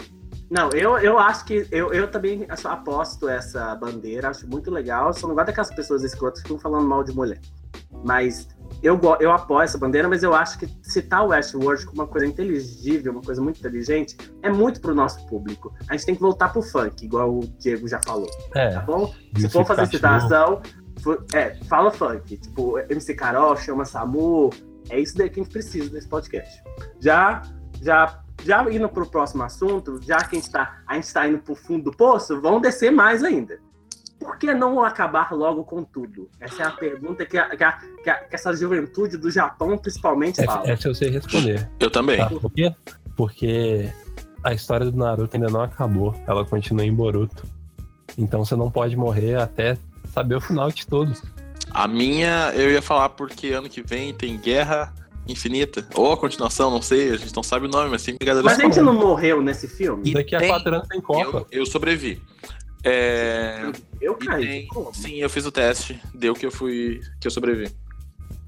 Não, eu, eu acho que. Eu, eu também acho- aposto essa bandeira, acho muito legal. Só não gosto daquelas pessoas escrotas que ficam falando mal de mulher. Mas eu, go- eu apoio essa bandeira, mas eu acho que citar o Westworld como uma coisa inteligível, uma coisa muito inteligente, é muito pro nosso público. A gente tem que voltar pro funk, igual o Diego já falou, tá
É.
bom? Se
Isso
for fazer
cachorro.
citação, fu- é, fala funk. Tipo, MC Carol, chama Samu. É isso daí que a gente precisa nesse podcast. Já, já, já indo pro próximo assunto, já que a gente, tá, a gente tá indo pro fundo do poço, vão descer mais ainda. Por que não acabar logo com tudo? Essa é a pergunta que, a- que, a- que a- que essa juventude do Japão principalmente
É,
fala.
é se você responder.
Eu também.
Tá.
Sabe por quê? Porque a história do Naruto ainda não acabou. Ela continua em Boruto. Então você não pode morrer até saber o final de tudo.
A minha, eu ia falar porque ano que vem tem Guerra Infinita. Ou a continuação, não sei, a gente não sabe o nome, mas tem brincadeira
Mas a gente não morreu nesse filme?
E
Daqui a
tem-
quatro anos tem Copa.
eu, eu sobrevivi. É,
Eu
e
caí.
tem-
Como?
sim, eu fiz o teste, deu que eu fui, que eu sobrevivi.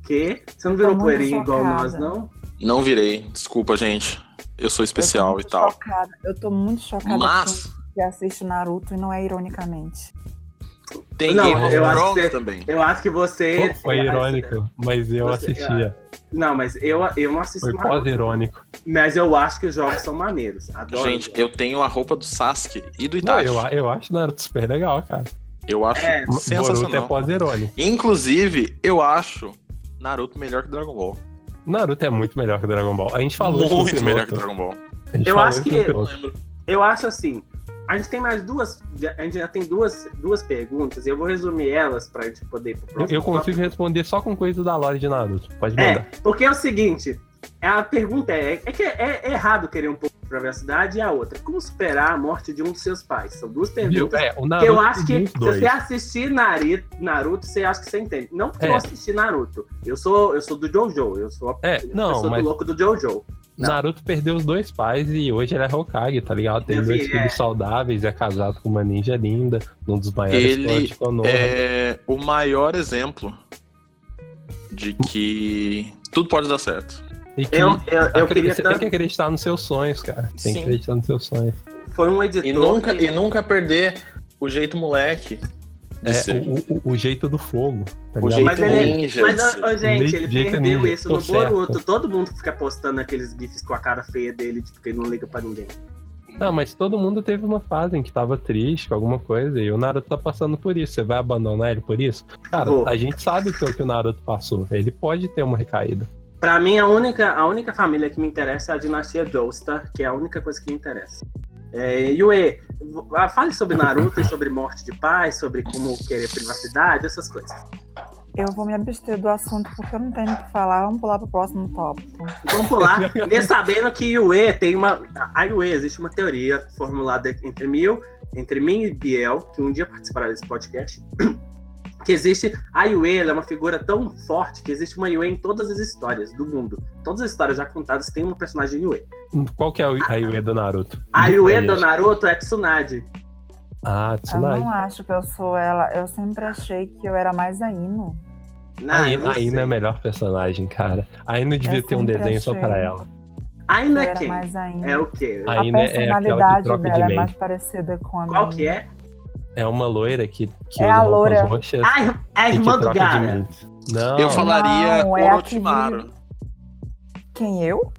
Que? Você não virou
Tá muito
poeirinho igual
chocada.
nós, não?
Não virei, desculpa, gente. Eu sou especial e
muito
tal.
chocada- Eu tô muito chocada
Mas
com que assiste Naruto e não é ironicamente.
tem
Não,
Game of
eu acho que
Thrones
você-
também.
Eu acho que você.
Pô, Foi
né?
irônico, mas eu
Você-
assistia.
Não, mas eu, eu não assisto
Foi
Naruto,
pós-irônico.
Mas eu acho que os jogos são maneiros. Adoro.
Gente, eu tenho a roupa do Sasuke e do
Não,
Itachi.
eu, eu acho Naruto super legal, cara.
Eu acho
É,
Boruto é
sensacional.
pós-irônico.
Inclusive, eu acho Naruto melhor que Dragon Ball.
Naruto é muito melhor que Dragon Ball. A gente falou isso no
Muito melhor que
piloto.
Dragon Ball.
A gente
Eu
falou
acho
isso
que-
no piloto.
Eu acho assim. A gente tem mais duas. A gente já tem duas, duas perguntas. E eu vou resumir elas pra gente poder. ir pro
Eu,
próximo
eu consigo responder só com coisa da lore de Naruto. Pode
É,
mandar.
porque é o seguinte, a pergunta é, é que é, é errado querer um pouco de privacidade e a outra, como superar a morte de um dos seus pais? São duas
Viu?
perguntas.
É, o
que
Naruto
eu acho que
tem
se
dois.
você assistir Nari- Naruto, você acha que você entende. Não porque eu
É.
assisti Naruto. Eu sou, eu sou do Jojo, eu sou a
É,
eu
não,
sou
mas
do louco do Jojo. Não.
Naruto perdeu os dois pais e hoje ele é Hokage, tá ligado? Tem
Eu
dois
vi,
filhos
é.
saudáveis, é casado com uma ninja linda, um dos maiores
Ele
clãs de Konoha.
É
né?
o maior exemplo de que tudo pode dar certo.
E que
Eu, eu, eu
acre-
queria
você
tanto.
tem que acreditar nos seus sonhos, cara. Tem
Sim.
que acreditar nos seus sonhos.
Foi um editor.
E nunca,
que-
e nunca perder o jeito moleque. de
É,
ser.
o, o- o jeito do fogo. Tá
O
ligado?
jeito
Mas ele-
ninja.
Mas,
de
ó,
ser.
ó, gente, ele
Jeito
perdeu
nenhum.
isso no
Tô certo.
Boruto. Todo mundo fica postando aqueles gifs com a cara feia dele, tipo, que ele não liga pra ninguém.
Não, mas todo mundo teve uma fase em que tava triste com alguma coisa e o Naruto tá passando por isso. Você vai abandonar ele por isso? Cara,
Vou.
a gente sabe o que o que o Naruto passou. Ele pode ter uma recaída.
Pra mim, a única, a única família que me interessa é a dinastia Joestar, que é a única coisa que me interessa. É, Yue, v- ah, fale sobre Naruto e sobre morte de pai, sobre como querer privacidade, essas coisas.
Eu vou me abster do assunto porque eu não tenho o que falar. Vamos pular pro próximo tópico.
Vamos pular, nem sabendo que Yue tem uma. A Yue, existe uma teoria formulada entre mil, entre mim e Biel, que um dia participará desse podcast. Que existe a Yue, ela é uma figura tão forte que existe uma Yue em todas as histórias do mundo. Todas as histórias já contadas tem uma personagem Yue.
Qual que é a Yue do Naruto?
A Yue
Aí,
do
acho.
Naruto é Tsunade.
Ah,
Eu
Tsunade.
não acho que eu sou ela. Eu sempre achei que eu era mais a Ino.
A
Não, Ah, eu
Ina,
não
a Ina é
sei.
a melhor personagem, cara. A Ina devia
Eu
ter um
sempre
desenho só
achei.
pra ela.
A
Eu
Ina é
era
quem?
mais a Ino.
É o quê?
A
A
Ina é aquela que
personalidade
troca de
dela é mais
mente.
parecida com a
Qual
minha.
que é?
É uma loira que, que usa
É a
roupas
loura.
roxas
é A, ir- a
e que
Ah, irmã do
troca de
Gara.
mente. Não,
Eu falaria
Não, é a que
Orochimaru.
Quem eu?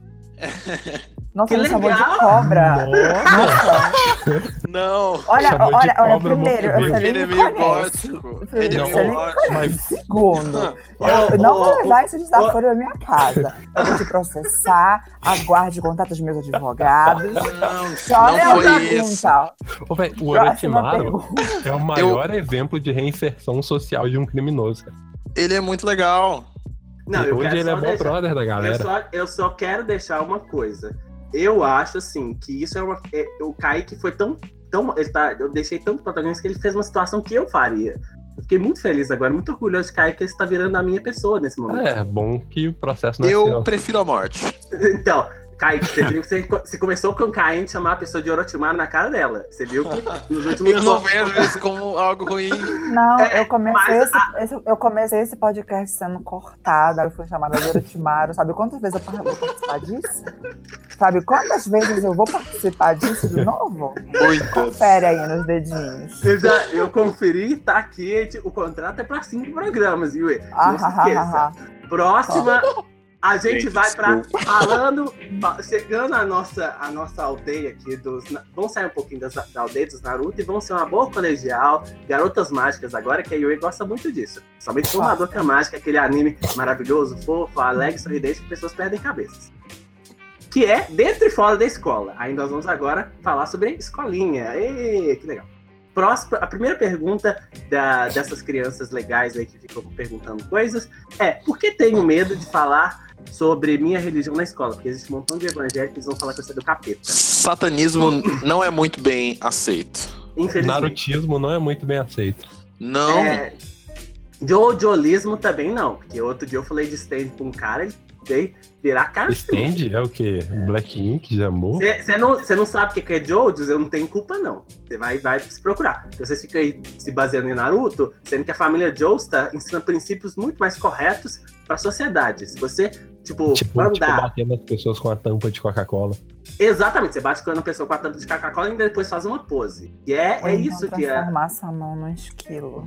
Nossa,
Que
ele chamou
legal!
de cobra.
Nossa!
Não,
Olha,
Chamou de
olha, olha,
cobra,
primeiro, eu
muito
sabia
ele é
que
meio
conhece.
gótico.
Você
Ele é
não
meio
conhece?
gótico.
Mas
Segundo,
Ô,
eu não vou
ô,
levar esse desaforo da minha casa. Eu vou te processar, aguarde o contato dos meus advogados.
Não,
Só
não
leva
foi isso.
pergunta.
Ô, véi, o
Próxima
Orochimaru
pergunta.
é o maior exemplo de reinserção social de um criminoso. cara.
Ele é muito legal.
Não, eu
Hoje
quero
ele é
só
bom
deixar-
brother da
eu
galera.
só, eu só quero deixar uma coisa. eu acho assim que isso é uma. É, o Kaique foi tão. tão ele tá, eu deixei tanto protagonista que ele fez uma situação que eu faria. Eu fiquei muito feliz agora, muito orgulhoso de Kaique, que ele está virando a minha pessoa nesse momento.
É, bom que o processo não é
Eu
seu.
prefiro a morte.
Então, Kaique, você viu que você, você começou com Caim chamar a pessoa de Orochimaru na cara dela. Você viu que nos últimos
Eu não vejo isso como algo ruim.
Não,
É,
eu comecei,
mas
esse, esse- eu comecei esse podcast sendo cortada, eu fui chamada de Orochimaru, sabe quantas vezes eu par- vou participar disso? Sabe quantas vezes eu vou participar disso de novo?
Muitas.
Confere aí nos dedinhos.
Eu, já- eu conferi, tá aqui, o contrato é pra cinco programas, Yui.
Ah,
Não se
ah, ah,
esqueça.
ah, ah.
Próxima, a gente
Gente,
vai pra falando, fa- chegando à nossa, à nossa aldeia aqui dos. na- Vamos sair um pouquinho das, da aldeia dos Naruto e vamos ser uma boa colegial, garotas mágicas agora, que a Yui gosta muito disso. Somente formador que é mágica, aquele anime maravilhoso, fofo, alegre, sorridente, que pessoas perdem cabeças. Que é dentro e fora da escola. Aí nós vamos agora falar sobre escolinha. Ê, que legal. Próxima, a primeira pergunta da- dessas crianças legais aí que ficam perguntando coisas é: por que tenho medo de falar sobre minha religião na escola? Porque existe um montão de evangélicos que vão falar que eu sou do capeta.
Satanismo não é muito bem aceito.
Infelizmente.
Narutismo não é muito bem aceito.
Não.
É, jojolismo também não, porque outro dia eu falei de stand pra um cara, ele veio virar cara.
Stand é o quê? Black Ink, Jambu?
Você não, cê não sabe o que que é Jojos, eu não tenho culpa, não. Você vai, vai se procurar. Se você fica aí se baseando em Naruto, sendo que a família Joestar ensina princípios muito mais corretos pra sociedade. Se você, tipo,
Tipo, tipo,
mandar.
batendo as pessoas com a tampa de Coca-cola.
Exatamente, você bate com uma pessoa com a tampa de Coca-Cola e ainda depois faz uma pose. E é,
Ou
é
então
isso que é.
transformar sua mão num esquilo.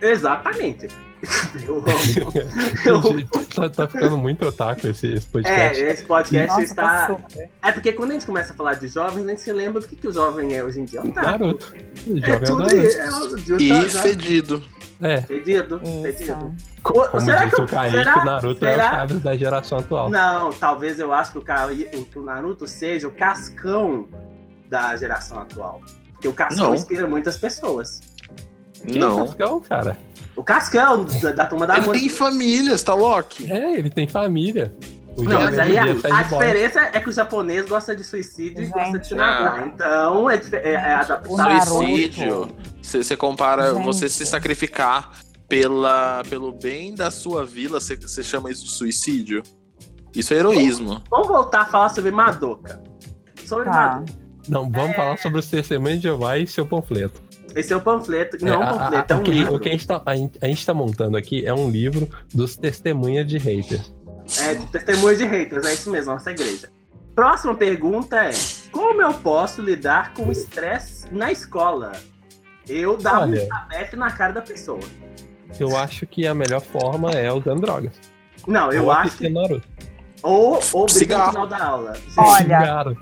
Exatamente. Eu amo.
Gente, tá, tá ficando muito otaku esse, esse
É,
podcast.
esse podcast
Nossa,
está.
tá super.
É porque quando a gente começa a falar de jovens, a gente se lembra do que, que o jovem é hoje em dia. Tá,
Naruto.
é
Jovem
tudo
Naruto.
isso. É, o Gil
E
tá já
fedido.
É,
Fedido, fedido.
Isso.
co- como
será
disse
que-
o Kaique,
será-
o Naruto é o
será-
Chaves da geração atual.
Não, talvez eu acho que o, Ca- o- o Naruto seja o cascão da geração atual. Porque o cascão
Não.
inspira muitas pessoas.
Que
Não.
Cascão, cara.
O cascão da, da turma da
Ele
Mônica.
tem tá, família, Stalok.
É, ele tem família. O
Não,
jovem
mas aí a,
hoje em dia tá
a
de bola.
diferença é que o japonês gosta de suicídio e
Gente,
gosta de Shinagami.
ah.
Então, é, dif- é, é
O
adaptar.
Naruto.
Suicídio. Você você compara
Gente.
você se sacrificar pela, pelo bem da sua vila, você, você chama isso de suicídio? Isso é heroísmo.
Vamos voltar a falar sobre Madoka. Sobre
Tá.
Madoka.
Não,
É.
vamos falar sobre os testemunhos de Jeová e seu panfleto.
Esse é o panfleto. Não
É,
é, um
a- a-
panfleto, é um
o que,
livro.
o que a, gente tá, a gente- a gente tá montando aqui é um livro dos testemunhas de haters.
É de testemunho de haters, é isso mesmo, nossa igreja. Próxima pergunta é: Como eu posso lidar com o estresse na escola? Eu dar um
Olha.
tabete na cara da pessoa.
Eu acho que a melhor forma é usando drogas.
Não, eu
Ou
acho
assistir
que.
Naruto.
Ou, ou briga no
Cigarro.
final da aula. Gente,
Olha.
Cigarro.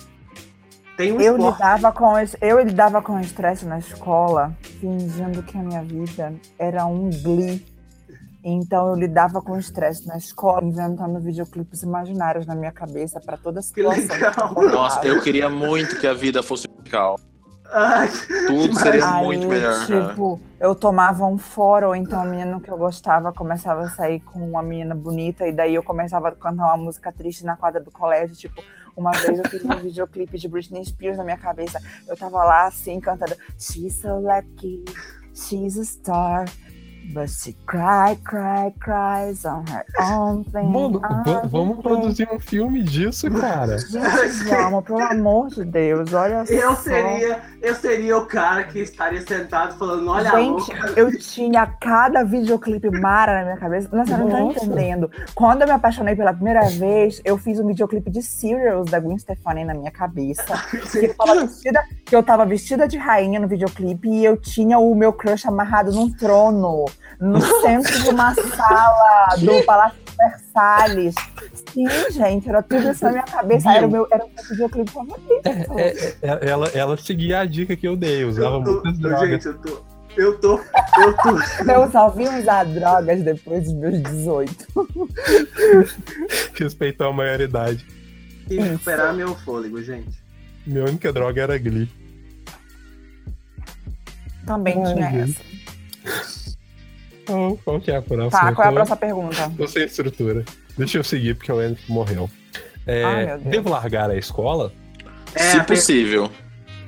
tem um
Eu
esporte.
lidava com es- eu lidava com o estresse na escola, fingindo que a minha vida era um glee. Então eu lidava com o estresse na escola, inventando videoclipes imaginários na minha cabeça para toda situação.
legal.
que eu encontrava.
Nossa, eu queria muito que a vida fosse musical.
Ai,
Tudo seria
Aí,
muito melhor. é. cara.
Tipo, eu tomava um fora, ou então a menina que eu gostava começava a sair com uma menina bonita, e daí eu começava a cantar uma música triste na quadra do colégio. Tipo, uma vez eu fiz um videoclipe de Britney Spears na minha cabeça. Eu tava lá assim, cantando She's so lucky, she's a star. But she cry, cry, cries on her own thing.
Mano,
Ah,
va- vamos produzir um filme disso, cara.
Gente, Djalma, pelo amor de Deus, olha
Eu
só.
seria, eu seria o cara que estaria sentado falando, olha a
Gente,
louca.
eu tinha cada videoclipe mara na minha cabeça. Nossa, eu não tô
Nossa.
entendendo. Quando eu me apaixonei pela primeira vez, eu fiz um videoclipe de Serials da Gwen Stefani na minha cabeça. Que eu, tava vestida, que eu tava vestida de rainha no videoclipe e eu tinha o meu crush amarrado num trono, no centro de uma sala do Palácio de Versalhes. Sim, gente, era tudo isso na minha cabeça. Era o meu, era o meu videoclipe favorito.
É, é, ela, ela seguia a dica que eu dei, usava
Eu tô-
muitas drogas.
gente, eu tô. Eu tô. Eu tô.
Eu só vim usar drogas depois dos meus 18.
Respeitou a maioridade.
Tem
É
que recuperar meu fôlego, gente.
Minha única droga era Glee.
Também
Ai,
tinha
gente.
essa.
Então, qual que é a próxima?
Tá, qual é a
Eu tô-
próxima pergunta?
Tô sem estrutura. Deixa eu seguir, porque o Enzo morreu. É,
Ai, meu Deus.
devo largar a escola?
É,
Se
a pe-
possível.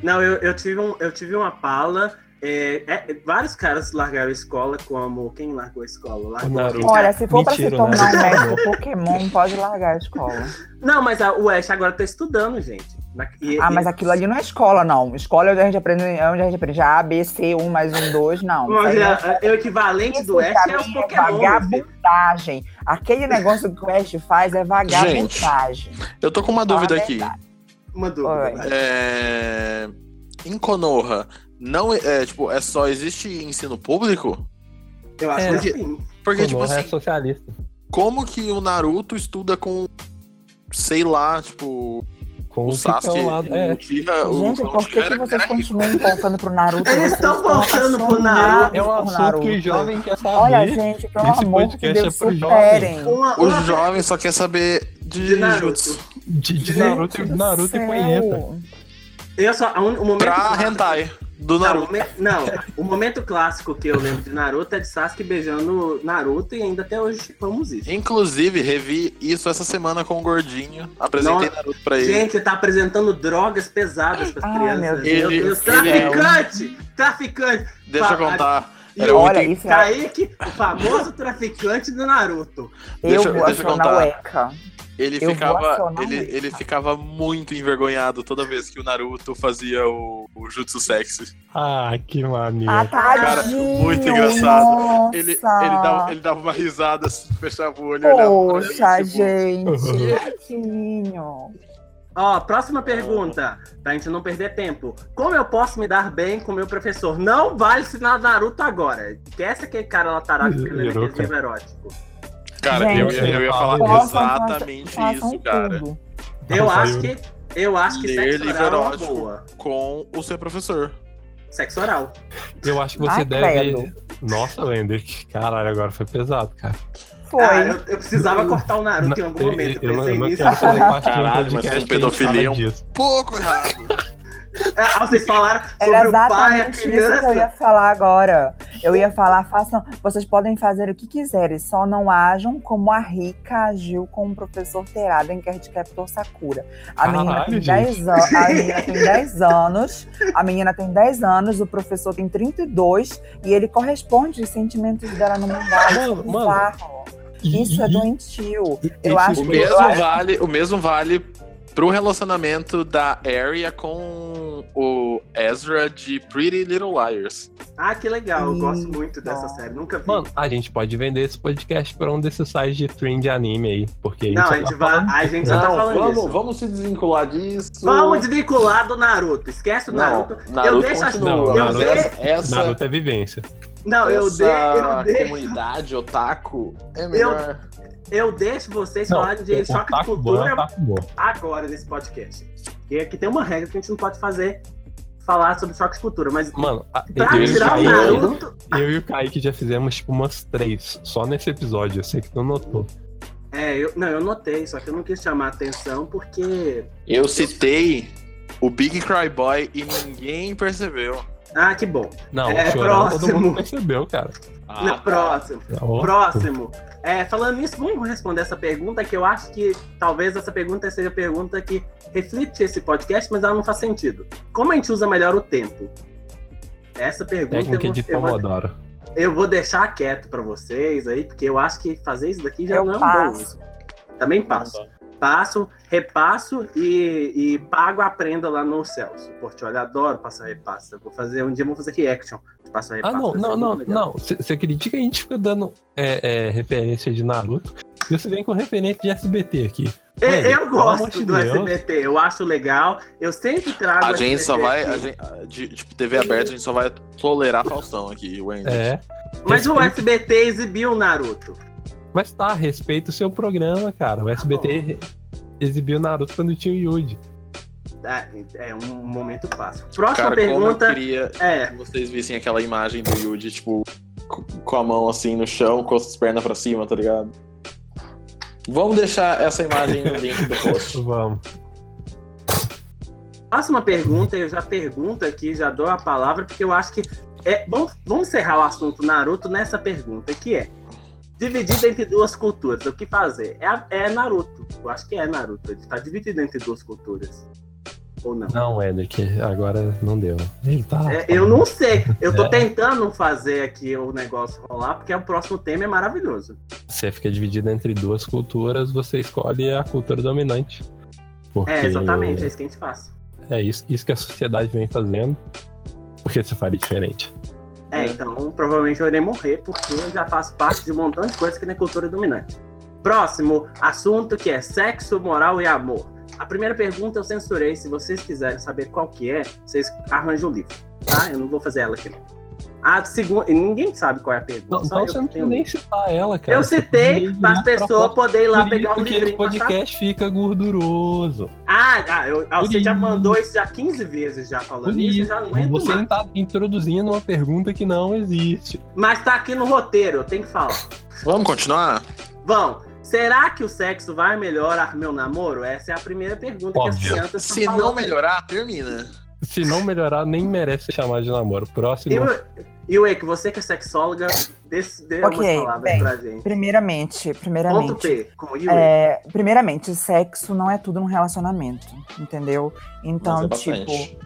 Não, eu, eu, tive um, eu tive uma pala. é, é, vários caras largaram a escola, como. Quem largou a escola?
Ah,
Largou
Naruto.
quem-
Olha, se for pra se
Mentira,
tornar
né?
um mestre Pokémon, pode largar a escola.
Não, mas a, o Ash agora tá estudando, gente. Na- e-
Ah,
e-
mas aquilo ali não é escola, não. Escola é onde a gente aprende, é onde a gente aprende A, B, C, 1 mais 1, 2, não. Isso aí
Mas
não é
a- a- o equivalente do
Isso
Ash
pra
é os
mim
Pokémon. né? meu filho.
vagabundagem. Aquele negócio que o Ash faz é vagabundagem.
Eu tô com uma
Fala a
dúvida aqui.
verdade.
Uma dúvida.
Oi.
vai.
É... Em Konoha, não é, é, tipo, é só existe ensino público?
Eu acho
É.
que sim.
Porque,
Porque,
tipo
é
assim,
socialista.
como que o Naruto estuda com, sei lá, tipo,
Com
o
o ficão
Sasuke,
lá.
o
É,
Uchiha, o
Gente, por que, que
Era-
vocês continuam voltando pro Naruto?
Eles
Vocês
estão voltando pro
assumindo
Naruto.
é um
pro
assunto
Naruto.
que o jovem quer saber.
Olha, gente, pelo
Esse
amor de
podcast
Deus,
é pro
superem.
Uma,
O
uma-
jovem só quer saber de,
De Naruto.
jutsu.
de, de
Gente
Naruto,
do
Naruto e
céu.
punheta.
Eu só. a un- O momento
Pra
clássico-
hentai do
Não, o
Naruto.
momen- não, o momento clássico que eu lembro de Naruto é de Sasuke beijando Naruto e ainda até hoje vamos isso.
Inclusive, revi isso essa semana com o Gordinho. Apresentei
Nossa.
Naruto pra ele.
Gente, tá apresentando drogas pesadas pras
Ai,
crianças.
meu
Deus do céu.
traficante! Traficante!
Deixa eu
Fala-
contar.
E
Era
Olha,
muito-
isso é.
Kaique, o famoso traficante do Naruto.
Eu
Deixa-
vou
deixa eu
acionar o
contar.
ECA.
Ele
eu vou
ficava,
acionar
ele,
mesmo.
ele ficava muito envergonhado toda vez que o Naruto fazia o, o jutsu sexy.
Ah, que maneiro.
Ah, tadinho,
Cara, muito engraçado.
Nossa.
Ele, ele, dava, ele dava uma risada, assim, fechava o olho, olhava. pra
Poxa,
ele, tipo,
gente. Tadinho.
Ó, próxima pergunta, pra gente não perder tempo. Como eu posso me dar bem com meu professor? Não vai ensinar Naruto agora. Esquece aquele cara lá tarado que lê
Virou,
aquele livro erótico.
Cara, eu,
Gente,
ia- eu ia falar
Façam, façam,
exatamente
façam
isso, cara.
tudo.
Eu
Nossa,
acho
eu-
que. Eu acho que
Ler
sexo oral
livro
é uma
erótico.
boa.
Com o seu professor.
Sexo oral.
Eu acho que você
Ah,
deve.
credo.
Nossa, Wender, que caralho, agora foi pesado, cara.
Foi.
Ah, eu, eu precisava cortar o Naruto em algum
eu-
momento.
eu, eu,
pensei
eu não
nisso.
quero fazer parte de um
Caralho, mas
podcast
vocês
que a gente fala
pedofiliam.
disso.
Pouco errado.
Ah, vocês falaram
Era
sobre o pai, a
exatamente isso que eu ia
criança.
falar agora. Eu ia falar, façam, vocês podem fazer o que quiserem, só não ajam como a Rika agiu com o professor Terada em Cardcaptor Sakura. A menina, tem
Caralho,
10 an- a menina tem 10 anos, a menina tem 10 anos, o professor tem 32 e ele corresponde aos sentimentos dela no
Mano,
mundado.
mano.
Bizarro. Isso é doentio.
e-
Eu
e- tipo,
acho
O
que-
mesmo
eu acho-
vale, o mesmo vale pro relacionamento da Arya com o Ezra de Pretty Little Liars.
Ah, que legal. Eu gosto
Hum,
muito dessa
bom.
série. Nunca vi.
Mano, a gente pode vender esse podcast pra um desses sites de trend de anime aí. Porque
não,
só
a gente,
tá
vai,
falando-
a gente só tá falando
vamos,
isso.
vamos se desvincular disso.
Vamos desvincular do Naruto. Esquece o Naruto.
Não, Naruto
eu deixo as-
continua.
Não,
eu
Naruto-
deixo-
Essa,
Naruto é vivência.
Não, eu, de, eu,
essa
de,
comunidade otaku é melhor.
eu deixo vocês
Não,
falarem de choque de
Taco Bom é
cultura
Taco Bom.
agora nesse podcast. Porque aqui tem uma regra que a gente não pode fazer falar sobre choque de cultura, mas
Mano, a-
pra
eu, e o
isso
tirar o
aí,
Kaique-
Tá Naruto.
eu e o Kaique já fizemos tipo umas três, só nesse episódio. Eu sei que tu notou.
É, eu, não, eu notei, só que eu não quis chamar a atenção porque.
Eu citei o Big Cry Boy e ninguém percebeu.
Ah, que bom.
Não,
É,
chorando, todo
próximo.
mundo percebeu, cara.
Ah, tá.
Não, próximo.
Ó,
Próximo. É, falando nisso, vamos responder essa pergunta, que eu acho que talvez essa pergunta seja a pergunta que reflete esse podcast, mas ela não faz sentido. Como a gente usa melhor o tempo? Essa pergunta eu
Técnica
vou,
de
eu, vou,
Pomodoro.
eu vou deixar quieto para vocês aí, porque eu acho que fazer isso daqui já
Eu
não é um bom.
passo.
uso. Também passo. Passo, repasso e, e pago a prenda lá no Celso. Porque olha, adoro passar repassa. Vou fazer um dia, eu vou fazer reaction. de Passar
Ah,
repassa.
não,
vai ser
não,
muito
não,
legal.
não. Você acredita que a gente fica dando é, é, referência de Naruto? E você vem com referência de SBT aqui.
Eu,
Mano,
É, eu
pelo amor
gosto
de
do
Deus.
SBT, eu acho legal. Eu sempre trago.
A gente só
SBT
vai.
aqui.
a gente- a- de, tipo, TV aberta, a gente só vai tolerar Faustão aqui, Wendy.
É.
Mas o
Respeito-
SBT exibiu o Naruto.
Mas tá, respeita o seu programa, cara. O
Tá
SBT exibiu Naruto quando tinha o Yuji.
Ah, É um momento fácil. Próxima
Cara, como eu
pergunta
queria
é.
que vocês vissem aquela imagem do Yuji, tipo, co- com a mão assim no chão, com as pernas pra cima, tá ligado? Vamos deixar essa imagem no link do post.
Vamos.
Próxima pergunta, eu já pergunto aqui, já dou a palavra, porque eu acho que. É, vamos, vamos encerrar o assunto Naruto nessa pergunta, que é. dividida entre duas culturas. O que fazer? É, a- é Naruto. Eu acho que é Naruto. Ele tá dividido entre duas culturas. Ou não?
Não, Edric, agora não deu. Ele tá.
É, eu não sei. Eu tô
É.
tentando fazer aqui o negócio rolar, porque o próximo tema é maravilhoso.
Você fica dividido entre duas culturas, você escolhe a cultura dominante. Porque
É, exatamente. É isso que a gente faz.
É isso, isso que a sociedade vem fazendo. Porque você faria diferente.
É, então provavelmente eu irei morrer, porque eu já faço parte de um montão de coisas que não é cultura dominante. Próximo assunto que é sexo, moral e amor. A primeira pergunta eu censurei, se vocês quiserem saber qual que é, vocês arranjam o livro, tá? Eu não vou fazer ela aqui. não. A segunda, e ninguém sabe qual é a pergunta.
Não,
só
então
eu
você não
tenho.
precisa nem citar ela, cara.
Eu
Você
citei
podia
para
ir
as pessoas
proposta-
poderem ir lá
Por
pegar um
isso que
livrinho
o
pra cá.
podcast fica gorduroso.
Ah, ah, eu, ah, você
Por
já
isso.
mandou isso já 15 vezes já falando
Por
isso, eu
isso,
já não aguento
você
mais.
não tá introduzindo uma pergunta que não existe.
Mas tá aqui no roteiro, eu tenho que falar.
Vamos continuar?
Vão, será que o sexo vai melhorar meu namoro? Essa é a primeira pergunta que
Óbvio.
as crianças
Se
estão
não
falando.
melhorar, termina.
Se não melhorar, nem merece ser chamado de namoro. Próximo.
E o que você que é sexóloga, des- dê
Ok,
umas palavras
bem.
pra gente.
Primeiramente,
Ponto
primeiramente.
P, com o Yui.
É, primeiramente, sexo não é tudo num relacionamento, entendeu? Então,
Mas é
tipo.
bastante.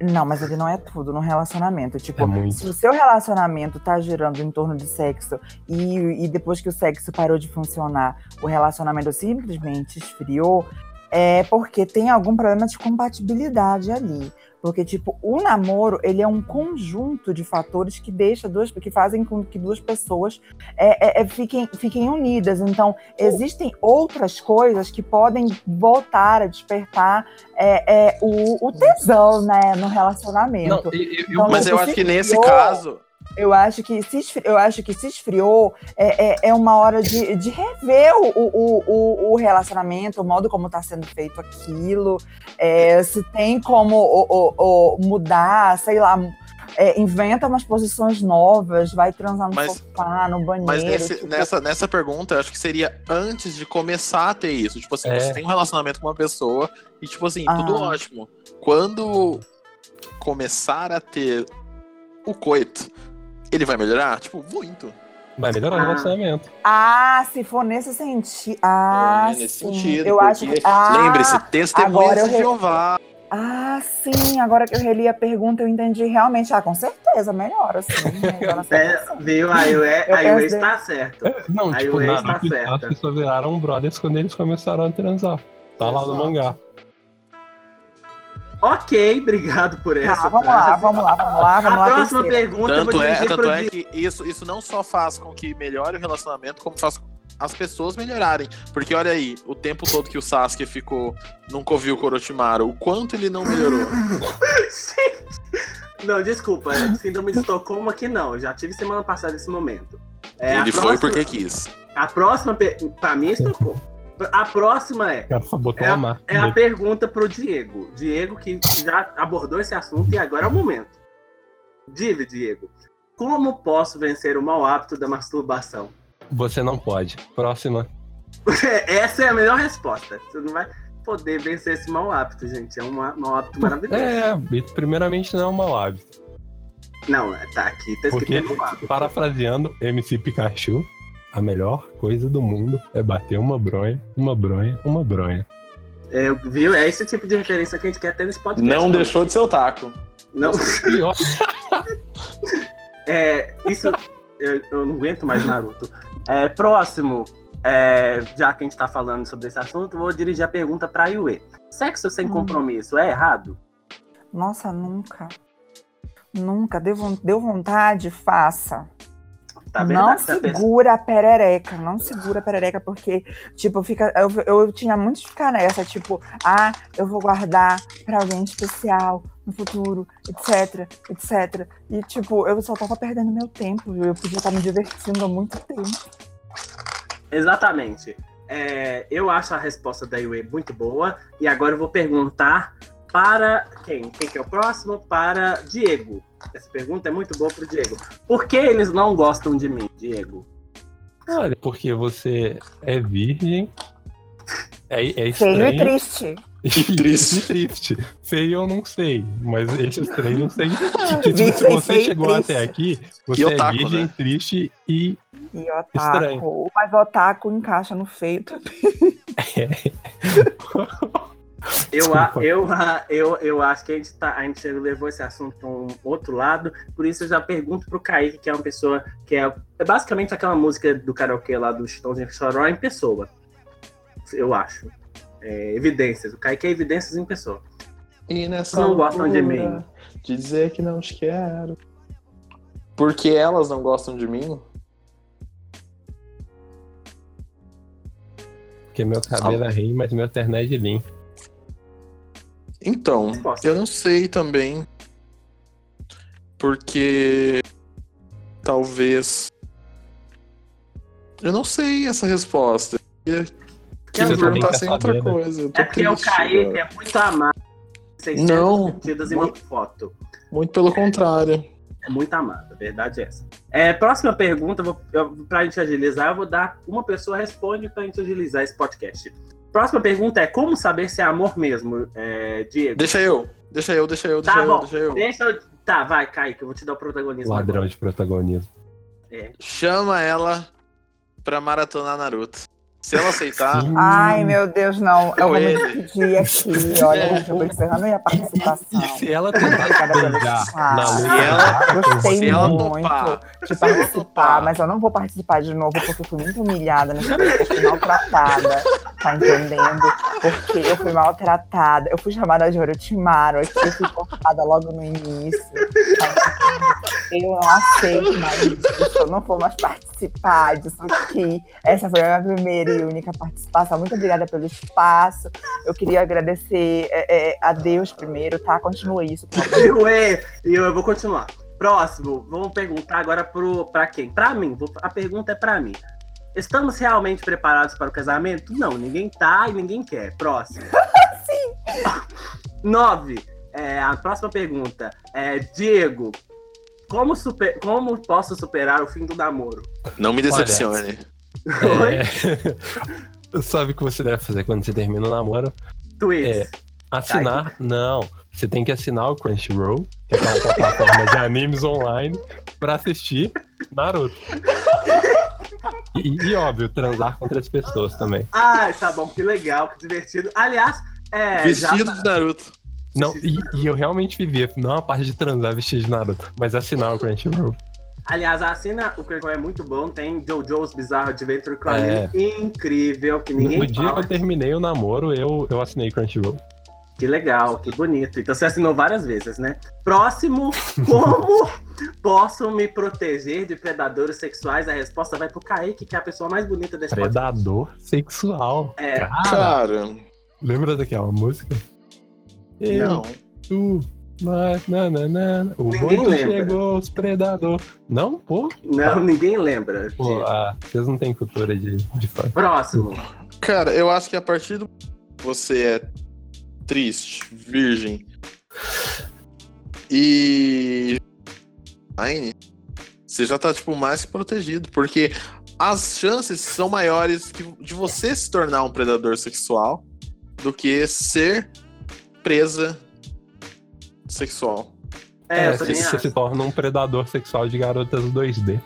Não, mas ele não é tudo num relacionamento. Tipo,
É muito.
se o seu relacionamento tá girando em torno de sexo e, e depois que o sexo parou de funcionar, o relacionamento simplesmente esfriou, é porque tem algum problema de compatibilidade ali. Porque, tipo, o namoro, ele é um conjunto de fatores que deixa duas, que fazem com que duas pessoas é, é, é, fiquem, fiquem unidas. Então, existem outras coisas que podem voltar a despertar é, é, o, o tesão, né, no
Não,
relacionamento.
eu- eu- eu-
Então,
Mas eu
você
acho que nesse
criou-
caso,
Eu acho que se esfri- eu acho que se esfriou é, é, é uma hora de, de rever o, o, o, o relacionamento, o modo como está sendo feito aquilo, é, se tem como o- o- o mudar, sei lá, é, inventa umas posições novas, vai transar no
Mas-
sofá, no banheiro.
Mas nesse-
tipo,
nessa, nessa pergunta, eu acho que seria antes de começar a ter isso. Tipo assim,
É.
você tem um relacionamento com uma pessoa e, tipo assim,
Ah.
tudo ótimo. Quando começar a ter o coito, ele vai melhorar? Tipo, muito.
Vai melhorar
Ah.
o relacionamento.
Ah, se for nesse sentido. Ah,
É, nesse
sim.
sentido.
Eu acho que.
porque,
Ah,
Lembre-se,
agora eu
testemunhas de
re-
Jeová.
Ah, sim. Agora que eu reli a pergunta, eu entendi realmente. Ah, com certeza, melhor assim. melhor essa
É,
relação.
viu? A Yui,
Eu
a Yui
pensei.
está certa.
Não,
Aí
tipo,
o ex
nada.
tá
As pessoas-
certa.
as pessoas
um
viraram brothers quando eles começaram a transar. Tá lá no
Exato.
mangá.
Ok, obrigado por essa.
Tá, vamos lá,
frase. é
vamos lá, vamos lá, vamos
A
lá.
próxima
terceira.
pergunta eu vou
Tanto é,
dirigir
tanto
pro
é
Di-
que isso, isso não só faz com que melhore o relacionamento, como faz as pessoas melhorarem. Porque olha aí, o tempo todo que o Sasuke ficou, nunca ouviu o Orochimaru, o quanto ele não melhorou.
Não, desculpa, é síndrome de Estocolmo aqui não. Eu já tive semana passada esse momento. É, a
ele foi
próxima-
porque quis.
A próxima, pe- pra mim, é Estocolmo. A próxima é,
O cara só botou
É a-
uma marca.
é a pergunta pro Diego. Diego que já abordou esse assunto e agora é o momento. Dive, Diego. Como posso vencer o mau hábito da masturbação?
Você não pode. Próxima.
Essa é a melhor resposta. Você não vai poder vencer esse mau hábito, gente. É um ma- mau hábito maravilhoso.
É, e primeiramente não é um mau hábito.
Não, tá aqui, tá
Porque,
escrito mau hábito.
parafraseando MC Pikachu, a melhor coisa do mundo é bater uma bronha, uma bronha, uma bronha.
É, viu? É esse tipo de referência que a gente quer ter nesse podcast.
Não deixou de ser o taco.
Não,
Pior.
É, isso. eu, eu não aguento mais Naruto. É, próximo, é, já que a gente tá falando sobre esse assunto, vou dirigir a pergunta pra Yue. Sexo sem
Hum.
compromisso é errado?
Nossa, nunca. Nunca. Deu, von- deu vontade, faça.
Tá
não
verdade? Tá pensando-
segura a perereca. Não segura a perereca, porque, tipo, fica. Eu, eu tinha muito de ficar nessa, tipo, ah, eu vou guardar pra alguém especial no futuro, etc, etc. E, tipo, eu só tava perdendo meu tempo, viu? Eu podia estar me divertindo há muito tempo.
Exatamente. É, eu acho a resposta da Yue muito boa. E agora eu vou perguntar para quem? Quem que é o próximo? Para Diego. Essa pergunta é muito boa pro Diego. Por que eles não gostam de mim, Diego?
Olha, porque você é virgem, é, é
Feio e
estranho,
triste.
E
triste.
Trift. Feio eu não sei, mas esses três eu sei. que,
Virgem,
tipo, se você
feio e
chegou
triste.
até aqui, você é
otaku,
virgem,
né?
triste e.
E otaku.
Estranho.
Mas otaku encaixa no feio também.
Eu, a-
Desculpa.
eu, a- eu, eu acho que a gente, tá, a gente levou esse assunto para um outro lado, por isso eu já pergunto pro Kaique, que é uma pessoa que é, é basicamente aquela música do karaokê lá do Chitãozinho Choró em pessoa. Eu acho. É, evidências. O Kaique é evidências em pessoa.
E nessa
Não gostam de
loucura
mim.
De dizer que não te quero. Porque elas não gostam de mim?
Porque meu cabelo é rei, mas meu internet é lim.
Então,
Resposta.
eu não sei também. Porque. Talvez. Eu não sei essa resposta. Eu
Você
queria
também
perguntar
quer
sem outra
saber, né?
coisa. Eu tô
um É porque o
triste,
Kaique
cara.
é muito amado. Vocês
Não.
curtidas e uma foto.
Muito pelo contrário.
É muito amado, a verdade é essa. É, próxima pergunta, vou, eu, pra gente agilizar, eu vou dar uma pessoa responde pra gente agilizar esse podcast. Próxima pergunta é como saber se é amor mesmo, é, Diego?
Deixa eu. Deixa eu, deixa eu, deixa
Tá
eu,
bom.
deixa eu.
Deixa eu. Tá, vai, Kaique, eu vou te dar o protagonismo.
Ladrão de protagonismo.
Chama ela pra maratonar Naruto. Se ela aceitar,
Sim.
Ah, Ai,
Hum.
meu Deus, não. Eu
Não,
vou me
ele.
despedir aqui. Olha, gente, eu tô encerrando minha participação.
E se ela tentar
Obrigada pela
beijar
resposta.
na luz,
Se
ela-
cara, com
Gostei
se
você,
ela
muito.
topar,
de
se ela
Tipo, participar,
topar,
mas eu não vou participar de novo porque eu fui muito humilhada nesse podcast, fui maltratada, tá entendendo? Porque eu fui maltratada, eu fui chamada de Orochimaru, aqui eu fui cortada logo no início. tá entendendo? Eu não aceito mais isso, eu não vou mais participar disso aqui. Essa foi a minha primeira e única participação. Muito obrigada pelo espaço. Eu queria agradecer é, é, a Deus primeiro, tá? Continue isso, por favor.
Ué, e eu, eu vou continuar. Próximo, vamos perguntar agora pro, pra quem? Pra mim, vou- a pergunta é pra mim. Estamos realmente preparados para o casamento? Não, ninguém tá e ninguém quer. Próximo. Nove. É, a próxima pergunta. É, Diego, como, super- como posso superar o fim do namoro?
não me decepcione.
Oi?
é, sabe o que você deve fazer quando você termina o namoro?
Twitch.
Assinar? Não. Você tem que assinar o Crunchyroll, que é uma plataforma de animes online, pra assistir Naruto. E, e, óbvio, transar com outras pessoas também.
Ai, tá bom, que legal, que divertido. Aliás, é, já
Vestido de Naruto.
Não, e, e eu realmente vivia, não a parte de transar vestido de Naruto, mas assinar o Crunchyroll.
Aliás, a cena, o Crunchyroll é muito bom, tem JoJo's Bizarro Adventure com
É.
incrível, que ninguém
No dia que
fala.
eu terminei o namoro, eu, eu assinei Crunchyroll.
Que legal, que bonito. Então você assinou várias vezes, né? Próximo, como posso me proteger de predadores sexuais? A resposta vai pro Kaique, que é a pessoa mais bonita desse podcast.
Predador sexual.
É.
Cara,
Cara,
lembra daquela música? Eu
não.
Tu, mas, nananana, o
Ninguém
mundo
lembra.
chegou, os predador. Não, pô,
Não, ninguém lembra.
pô ah, vocês não têm cultura de, de fã.
Próximo.
Cara, eu acho que a partir do que você é triste, virgem e online, você já tá tipo mais que protegido, porque as chances são maiores que- de você se tornar um predador sexual do que ser presa sexual.
É, eu
você,
também
você
acho.
se torna um predador sexual de garotas 2D.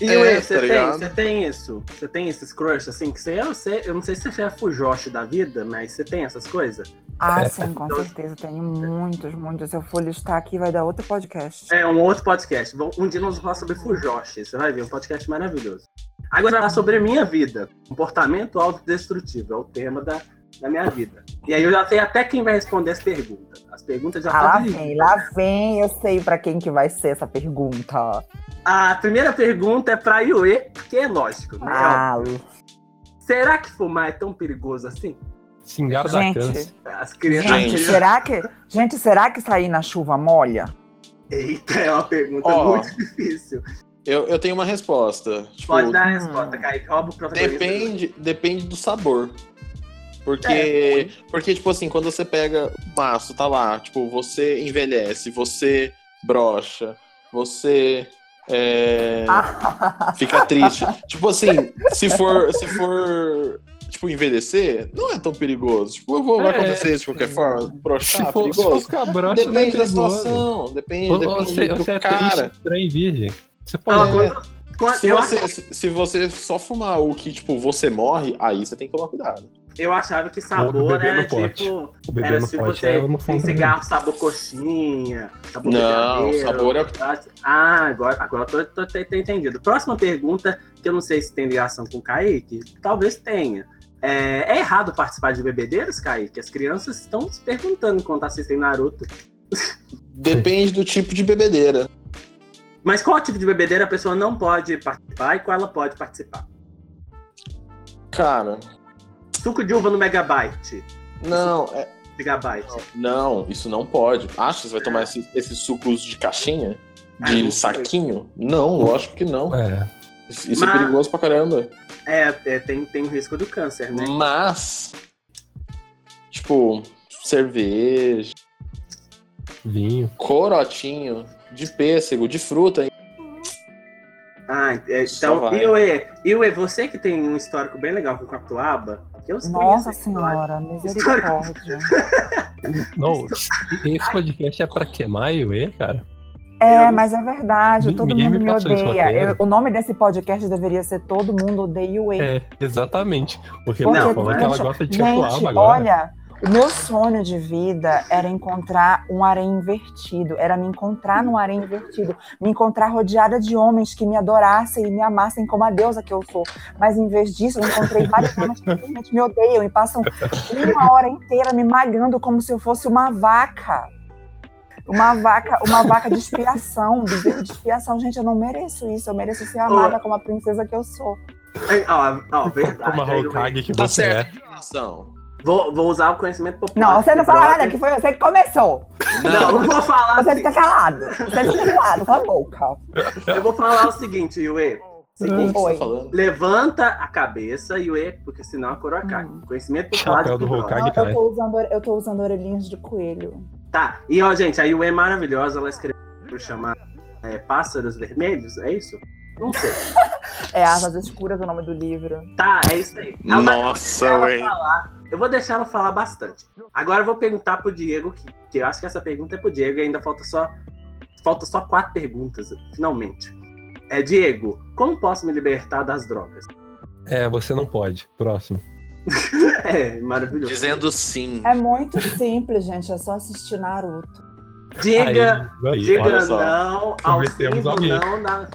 E
É,
Will,
tá
você, tem,
ligado?
você tem isso? Você tem esses crush, assim, que você, eu, sei, eu não sei se você é fujoshi da vida, mas você tem essas coisas?
Ah, sim, com certeza. Tenho muitos, muitos. Se eu for listar aqui, vai dar outro podcast.
É um outro podcast. Vamos- Um dia nós vamos falar sobre fujoshi, você vai ver, um podcast maravilhoso. Agora vai falar sobre a minha vida. Comportamento autodestrutivo, é o tema da, da minha vida. E aí eu já sei até quem vai responder as perguntas. As perguntas já
Ah, lá
tudo-
vem, lá vem. Eu sei pra quem que vai ser essa pergunta.
A primeira pergunta é pra Yue, porque é lógico, né?
Ah,
Será que fumar é tão perigoso assim?
Singaro da câncer.
gente, Tá
As crianças.
gente,
Gente.
será que, gente, será que sair na chuva molha?
Eita, é uma pergunta
Ó.
muito difícil.
Eu, eu tenho uma resposta. Tipo,
Pode dar a
Hum.
resposta, Kaique. Rouba o protagonista.
Depende, depende do sabor. Porque,
né? É.
porque, tipo assim, quando você pega o maço, tá lá, tipo, você envelhece, você brocha, você
Ah.
Ah, é, fica triste. tipo assim, se for, se for tipo, envelhecer não é tão perigoso. Tipo, eu vou, vai
É.
acontecer de qualquer forma.
Se
Broxar,
for, se for
perigoso.
ficar broxa, não é
Depende da
perigoso.
situação, depende,
Ou- ou
depende
Você,
do
você é
cara.
triste, estranho e virgem. Você
Ela,
pode.
é.
quando- quando-
Se
eu,
você, se- se você só fumar o que, tipo, você morre, aí você tem que tomar cuidado.
ach- eu achava que sabor
beber
era
no pote.
tipo.
O bebê
Era
não
se
pode.
você
é, eu não
Tem
fumo.
cigarro, sabor coxinha, sabor
Não,
brigadeiro.
sabor é o que.
Ah, agora, agora eu tô, tô, tô- tô entendido. Próxima pergunta, que eu não sei se tem ligação com o Kaique, talvez tenha. É, é errado participar de bebedeiros, Kaique? As crianças estão se perguntando enquanto assistem Naruto.
Depende do tipo de bebedeira.
Mas qual tipo de bebedeira a pessoa não pode participar e qual ela pode participar?
Cara,
Suco de uva no Megabyte.
não, é-
Gigabyte.
não, isso não pode. Acha que você vai tomar esse- esses sucos de caixinha?
Ah, não
De
sei.
saquinho? Não, lógico que não.
É.
Isso isso é
Mas-
perigoso pra caramba.
É, é, tem, tem o risco do câncer, né?
Mas, tipo, cerveja,
Vinho.
corotinho, de pêssego, de fruta. hein?
Ah, é,
Só
então,
vai.
Iue, Iue, você que tem um histórico bem legal com o Captuaba, eu sei
Nossa
essa história.
senhora, misericórdia.
Não, esse podcast é pra queimar e ver, cara.
É, mas é verdade, todo
Ninguém
mundo
me
me
passou esse
odeia.
roteiro.
Eu- o nome desse podcast deveria ser Todo Mundo Odeia o Ei.
É, exatamente. Porque
Não,
ela falou que ela
gente,
gosta Tá de
Gente,
capoaba agora.
olha, o meu sonho de vida era encontrar um harém invertido, era me encontrar num harém invertido, me encontrar rodeada de homens que me adorassem e me amassem como a deusa que eu sou. Mas em vez disso, eu encontrei vários homens que simplesmente me odeiam e passam uma hora inteira me magando como se eu fosse uma vaca. Uma vaca, uma vaca de expiação, um bezerro de expiação. Gente, eu não mereço isso, eu mereço ser amada como a princesa que eu sou.
É, Ó, ó, verdade.
Como a
Iue.
Hokage que
Tá
você é.
certo. Ação.
Vou, vou usar o conhecimento popular.
Não, você não
do
fala
brother.
nada, que foi você que começou.
é
Não, eu vou falar.
Você
assim,
fica calado. Você fica calado, cala a boca.
Eu vou falar o seguinte, Yue.
O que
Seguinte,
você tá
Oi.
falando?
levanta a cabeça, Yue, porque senão a coroa cai.
Hum.
Conhecimento popular.
Chapéu do
brother.
Hokage.
Não,
cara.
eu, tô usando, eu tô usando orelhinhas de coelho.
Tá, e ó, gente, a Yue é maravilhosa, ela escreveu chamar é, Pássaros Vermelhos, é isso? Não sei.
É Asas Escuras o nome do livro.
Tá, é isso aí. Ela vai-
Nossa,
ela
ué.
falar. Eu vou deixar ela falar bastante. Agora eu vou perguntar pro Diego, que, que eu acho que essa pergunta é pro Diego e ainda falta só, falta só quatro perguntas, finalmente. É, Diego, como posso me libertar das drogas?
É, você não pode. Próximo.
É, maravilhoso.
Dizendo sim.
É muito simples, gente. É só assistir Naruto.
Diga,
Aí, aí,
diga
olha.
só.
não ao sim
Convencemos
do
alguém.
não na...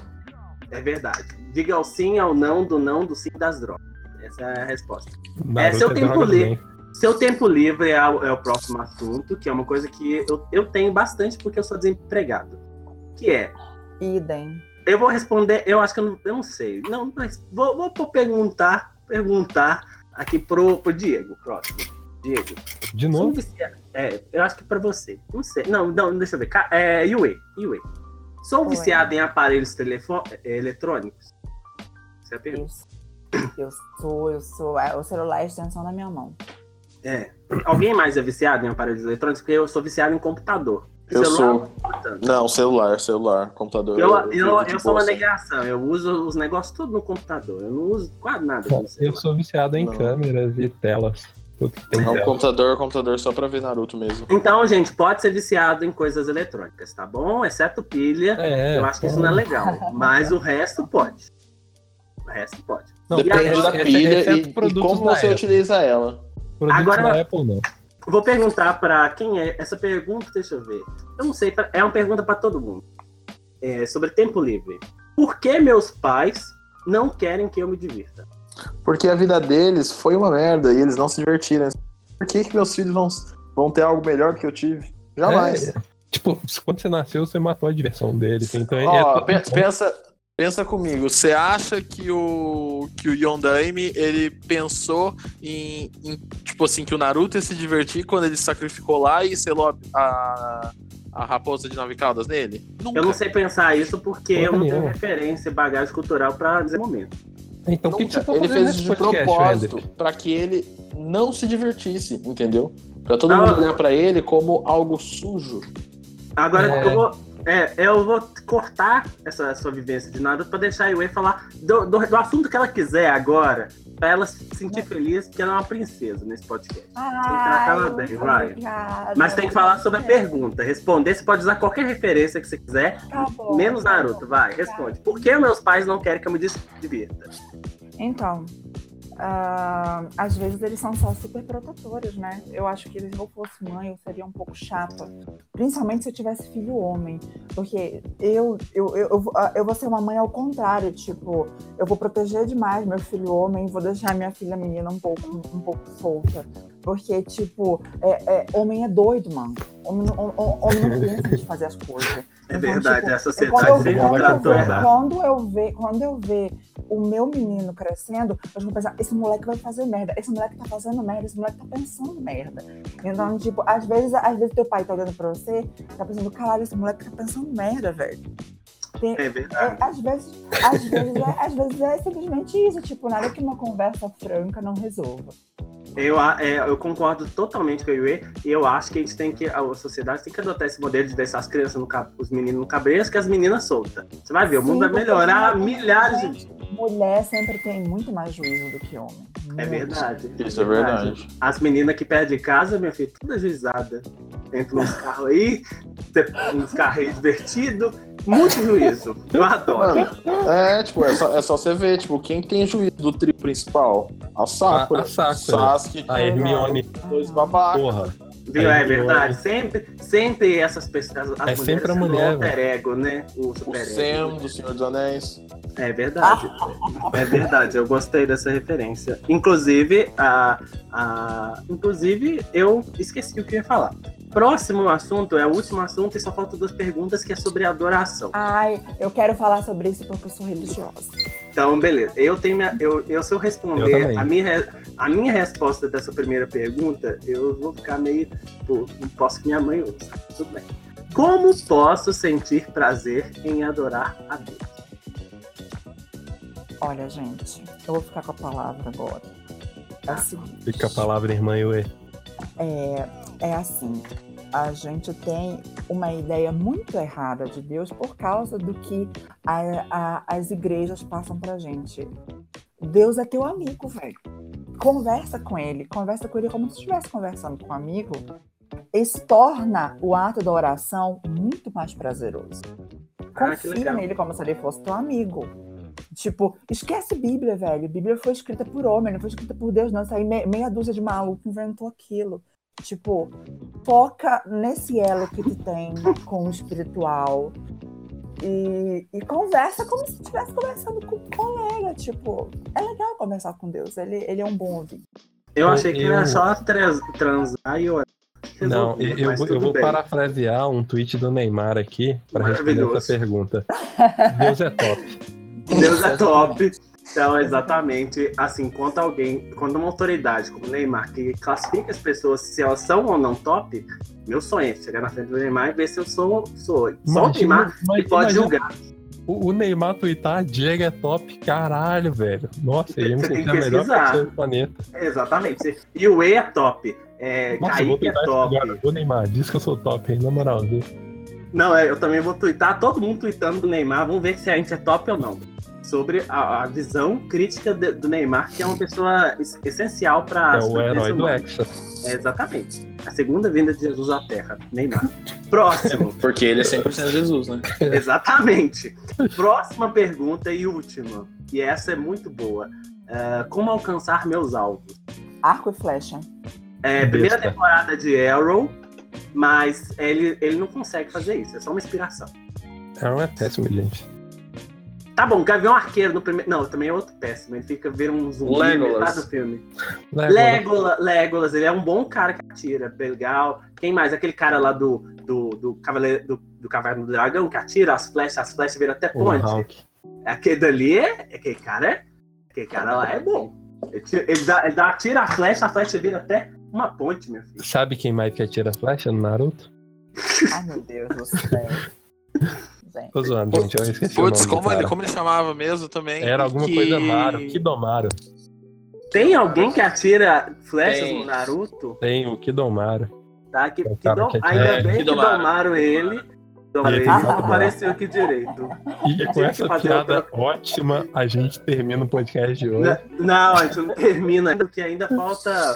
É verdade. Diga ao sim, ao não, do não, do sim das drogas. Essa é a resposta.
Naruto é
seu tempo
droga
livre.
também.
Seu tempo livre é, o é o próximo assunto, que é uma coisa que eu, eu tenho bastante porque eu sou desempregado. Que é,
Idem.
eu vou responder, eu acho que eu não, eu não sei. Não, mas vou, vou pô- perguntar, perguntar aqui pro, pro Diego, próximo. Diego,
De
você não
novo?
precisa- é, eu acho que pra você. Não sei. Não, não, deixa eu ver. Ca- É, Yue, Yue. Sou
Oi.
viciado em aparelhos telefo- eh, eletrônicos? Essa é a pergunta.
Isso. Eu sou, eu sou. é, O celular é a extensão da minha mão.
É. Alguém mais é viciado em aparelhos eletrônicos? Porque eu sou viciado em computador.
Eu
Celular,
sou.
não tanto.
Não, celular, celular, computador.
Eu, eu,
vivo
eu,
de
sou uma
bolsa.
negação, eu uso os negócios tudo no computador, eu não uso quase nada. no
Eu
celular.
sou viciado em
Não.
câmeras e telas. Tudo que tem
É um
tela.
computador, computador só pra ver Naruto mesmo.
Então, gente, pode ser viciado em coisas eletrônicas, tá bom? Exceto pilha,
É,
eu acho que isso não é legal, mas o resto pode. O resto pode.
Não,
Depende
exceto-
da
exceto
pilha e, e
produtos
como
é da
você
Apple.
utiliza ela.
Produtos
Agora-
da Apple não.
Vou perguntar pra quem é essa pergunta, deixa eu ver. Eu não sei, pra- é uma pergunta pra todo mundo. É, sobre tempo livre. Por que meus pais não querem que eu me divirta?
Porque a vida deles foi uma merda e eles não se divertiram. Por que, que meus filhos vão, vão ter algo melhor que eu tive? Jamais.
É, tipo, quando você nasceu, você matou a diversão deles. Então é-
Ó,
é-
pe- pensa, pensa comigo. Você acha que o que o Yondaime ele pensou em, em, tipo assim que o Naruto ia se divertir quando ele se sacrificou lá e selou a, a, a raposa de nove caudas nele? Nunca.
Eu não sei pensar isso porque
Porra
eu não tenho
nenhuma.
referência, bagagem cultural pra dizer momento.
Então o que, que você
Nunca.
tá
ele
fazendo
fez
nesse
isso de
podcast,
propósito
Hendrick?
pra que ele não se divertisse, entendeu? Pra todo
Não.
mundo olhar pra ele como algo sujo.
Agora
É.
eu vou. é, eu vou cortar essa sua vivência de nada pra deixar a Yue falar do, do, do assunto que ela quiser agora. pra ela se sentir feliz que ela é uma princesa nesse podcast.
Ai,
ela bem, vai.
obrigada.
Mas tem que falar sobre a pergunta. Responder, você pode usar qualquer referência que você quiser,
Tá bom,
menos
tá
Naruto,
bom.
vai, responde. Por que meus pais não querem que eu me des- divirta?
Então, ah, às vezes eles são só super protetores, né? Eu acho que se eu fosse mãe, eu seria um pouco chata. Principalmente se eu tivesse filho homem. Porque eu, eu, eu, eu, vou- ah, eu vou ser uma mãe ao contrário, tipo, eu vou proteger demais meu filho homem, vou deixar minha filha menina um pouco, um pouco solta. Porque, tipo, é- é, homem é doido, mano. Homem, não- hom- hom- homem não pensa de fazer as coisas.
É
Então,
verdade,
tipo,
a
é quando, eu,
sociedade
quando,
sempre
eu
tratou
ver,
errado.
quando eu ver, quando eu ver o meu menino crescendo, eu vou pensar, esse moleque vai fazer merda, esse moleque tá fazendo merda, esse moleque tá pensando merda. Então, tipo, às vezes, às vezes teu pai tá olhando pra você, tá pensando, caralho, esse moleque tá pensando merda, velho. Tem-
É
é,
verdade.
às, vezes, às, vezes é, às vezes é simplesmente isso, tipo, nada que uma conversa franca não resolva.
Eu, a- é, eu concordo totalmente com a Yue, e eu acho que a gente tem que, a sociedade tem que adotar esse modelo de deixar as crianças, no ca- os meninos no cabresto que as meninas soltas. Você vai ver, o
Sim,
mundo vai
porque
melhorar
senão-
milhares de
Mulher sempre tem muito mais juízo do que homem.
É
Muito.
verdade.
Isso é verdade.
As meninas que perdem casa, minha filha, toda juizada. Entra nos carros aí, uns carros aí divertidos. Muito juízo. Eu adoro.
Mano, é, tipo, é só, é só você ver, tipo, quem que tem juízo do trio principal? A Sakura.
A- a Sakura. Ah.
Sasuke,
A Hermione,
dois
Ah, tá.
babacas.
porra.
Viu? É
Aí,
verdade. Sempre, sempre essas pessoas. As
É
mulheres
sempre a
são o
mulher,
alter ego, né? O
O
super
Sam,
ego.
do Senhor dos Anéis.
É verdade. É verdade. Eu gostei dessa referência. Inclusive, a, a, inclusive, eu esqueci o que eu ia falar. Próximo assunto é o último assunto e só falta duas perguntas que é sobre adoração.
Ai, eu quero falar sobre isso porque eu sou religiosa.
Então, beleza. Eu tenho minha, eu, eu se eu
Eu
responder
também.
a minha, re- a minha resposta dessa primeira pergunta, eu vou ficar meio, pô, não posso que minha mãe ouça. Tudo bem. Como posso sentir prazer em adorar a Deus?
Olha, gente, eu vou ficar com a palavra agora. É o seguinte,
Fica a palavra, irmã Yue.
é, é assim, a gente tem uma ideia muito errada de Deus por causa do que a- a- as igrejas passam pra gente. Deus é teu amigo, velho. Conversa com ele, conversa com ele como se estivesse conversando com um amigo. Isso torna o ato da oração muito mais prazeroso.
Ah, que
Confia
legal.
nele como se ele fosse teu amigo. Tipo, esquece Bíblia, velho. Bíblia foi escrita por homem, não foi escrita por Deus, não. Isso aí me- meia dúzia de maluco inventou aquilo. Tipo, foca nesse elo que tu tem com o espiritual. E, e conversa como se estivesse conversando com um colega. Tipo, é legal conversar com Deus. Ele, ele é um bom ouvinte.
Eu
Eu-
achei que era
eu-
só trans- transar e orar.
Não,
Resolvido,
eu, eu
mas
vou- eu
tudo
vou
bem.
parafrasear um tweet do Neymar aqui para responder
Maravilhoso.
essa pergunta. Deus é top.
Deus é top. Então, exatamente, assim, quando alguém, quando uma autoridade como o Neymar, que classifica as pessoas se elas são ou não top, meu sonho é chegar na frente do Neymar e ver se eu sou, sou. Só o Neymar
mas
E pode
imagina
julgar.
O, o Neymar tweetar, Diego é top, caralho, velho. Nossa, ele é ia me
Você tem que
sentir a melhor
pesquisar.
pessoa do planeta.
Exatamente. E o E é top. É,
Nossa, eu vou
Kaique é
tweetar isso
top.
agora. Ô Neymar, diz que eu sou top, hein, na moral. viu?
Não, é, eu também vou twittar, todo mundo tweetando do Neymar, vamos ver se a gente é top ou não. Sobre a, a visão crítica de- do Neymar, que é uma pessoa es- essencial para
É o herói do Hexa.
É, exatamente. A segunda vinda de Jesus à Terra, Neymar. Próximo.
Porque ele é 100% Jesus, né?
Exatamente. Próxima pergunta e última. E essa é muito boa. É, como alcançar meus alvos?
Arco e flecha.
É, primeira
Besta.
temporada de Arrow, mas ele, ele não consegue fazer isso, é só uma inspiração.
É um é péssimo, gente.
Tá bom, Gavião Arqueiro no primeiro. Não, também é outro péssimo. Ele fica ver um zumbi
Legolas.
metade do filme.
Legolas.
Legolas, Legolas, ele é um bom cara que atira. Legal. Quem mais? Aquele cara lá do, do, do, Cavaleiro, do, do Caverna do Dragão que atira as flechas, as flechas viram até
O
ponte.
Hulk.
Aquele dali é. Aquele cara é. Aquele cara lá é bom. Ele, tira- ele dá, ele dá- atira a flecha, a flecha vira até uma ponte, meu filho.
Sabe quem mais que atira flecha no Naruto?
Ai, meu Deus do céu. Gente,
Tô zoando, gente. Eu esqueci
Putz,
o nome
como
do
ele,
é cara.
como ele chamava mesmo também?
Era alguma
Que-
coisa Maro. Kidomaro.
Tem alguém que atira flechas
Tem.
no Naruto?
Tem o Kidomaro.
Tá? Que,
É o
que
cara
dom-
que atira-
ainda
é,
bem
que
que
domaram.
domaram ele. Não,
E aí
ele
tem
não
que procurar.
apareceu aqui direito.
E com
que
essa
fazer
piada
outra-
ótima, a gente termina o podcast de hoje.
Né? Não, a gente não termina, porque ainda falta.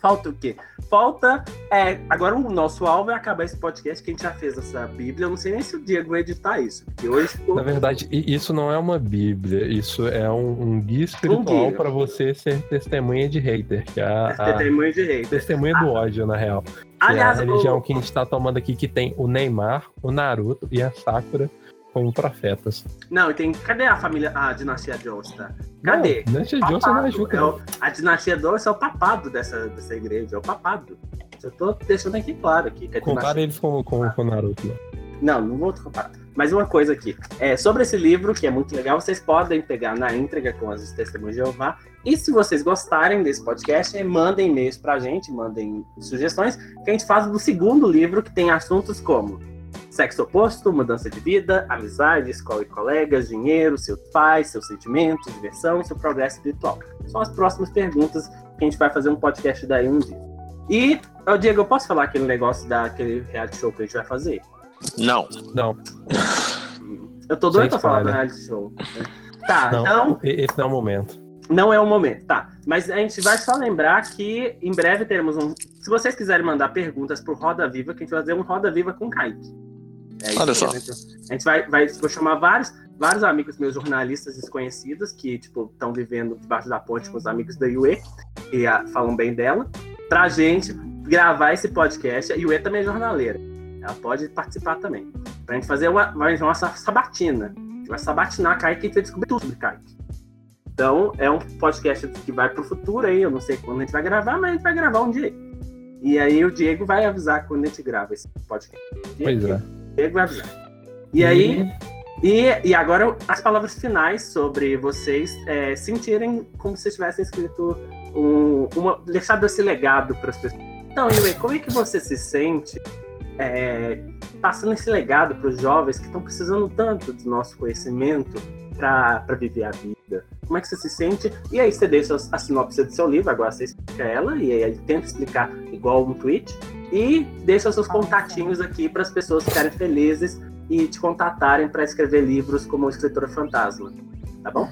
Falta o quê? Falta. É, agora o nosso alvo é acabar esse podcast que a gente já fez essa Bíblia. Eu não sei nem se o Diego vai editar isso, porque hoje ficou
Na verdade, i- isso não é uma Bíblia, isso é um, um guia espiritual
guia.
para você ser testemunha de hater, que é a, a
testemunho de rei.
testemunha do ódio, na real. Que
Aliás,
é a
o-
religião que a gente está tomando aqui, que tem o Neymar, o Naruto e a Sakura como profetas.
não, e tem. Cadê a família. Ah, A dinastia Josta? Cadê?
Não, Nancy Johnson não
Papado.
ajuda.
É o- a dinastia Josta é o papado dessa, dessa igreja, é o papado. Eu tô deixando aqui claro aqui. Que a dinastia-
Compara eles com, com, com o Naruto. né?
Não, não vou comparar. Mas uma coisa aqui. É, sobre esse livro, que é muito legal, vocês podem pegar na entrega com as testemunhas de Jeová. E se vocês gostarem desse podcast, é, mandem e-mails pra gente, mandem sugestões, que a gente faz do segundo livro, que tem assuntos como sexo oposto, mudança de vida, amizade, escola e colegas, dinheiro, seus pais, seus sentimentos, diversão, seu progresso espiritual. São as próximas perguntas que a gente vai fazer um podcast daí um dia. E, ô, Diego, eu posso falar aquele negócio daquele reality show que a gente vai fazer?
Não.
Não,
Eu tô doido
Sem
pra falar do
spoiler.
reality show. Tá,
não,
então
e- esse não é o momento.
não é o momento, tá. Mas a gente vai só lembrar que em breve teremos um. Se vocês quiserem mandar perguntas pro Roda Viva, que a gente vai fazer um Roda Viva com o Kaique. É
Olha
que
só.
A gente, a gente vai, vai vou chamar vários, vários amigos meus, jornalistas desconhecidos, que, tipo, estão vivendo debaixo da ponte com os amigos da UE, que ah, falam bem dela, pra gente gravar esse podcast. A UE também é jornaleira. Ela pode participar também. Pra gente fazer uma, uma, uma sabatina. A gente vai sabatinar Kaique e a gente vai descobrir tudo sobre Kaique. Então, é um podcast que vai pro futuro aí. Eu não sei quando a gente vai gravar, mas a gente vai gravar um dia. E aí o Diego vai avisar quando a gente grava esse podcast.
Pois é. Uhum.
O Diego vai avisar. E aí, e, e agora as palavras finais sobre vocês é, sentirem como se tivessem escrito um, uma, deixado esse legado para as pessoas. Então, Yui, como é que você se sente é, passando esse legado para os jovens que estão precisando tanto do nosso conhecimento para viver a vida? Como é que você se sente? E aí você deixa a sinopse do seu livro, agora você explica ela, e aí tenta explicar igual um tweet, e deixa os seus contatinhos aqui para as pessoas ficarem felizes e te contatarem para escrever livros como escritora fantasma. Tá bom?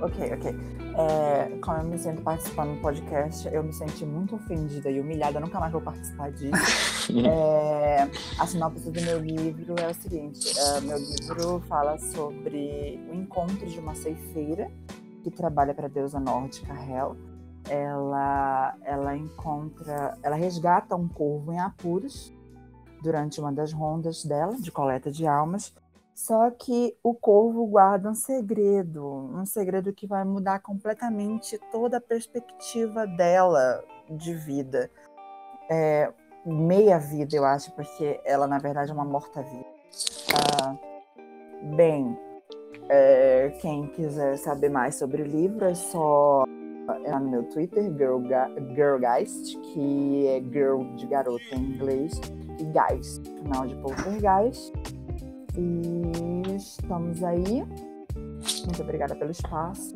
ok, ok. É, como eu me sinto participando do podcast, eu me senti muito ofendida e humilhada, eu nunca mais vou participar disso. É, a sinopse do meu livro é o seguinte: é, meu livro fala sobre o encontro de uma ceifeira que trabalha para a deusa nórdica Hel. Ela, ela encontra, ela resgata um corvo em apuros durante uma das rondas dela de coleta de almas só que o corvo guarda um segredo, um segredo que vai mudar completamente toda a perspectiva dela de vida. É, meia vida, eu acho, porque ela, na verdade, é uma morta-viva. Ah, bem, é, quem quiser saber mais sobre o livro é só é lá no meu Twitter, Girl, Girlgeist, que é girl de garota em inglês, e geist, final de poltergeist. E estamos aí. Muito obrigada pelo espaço.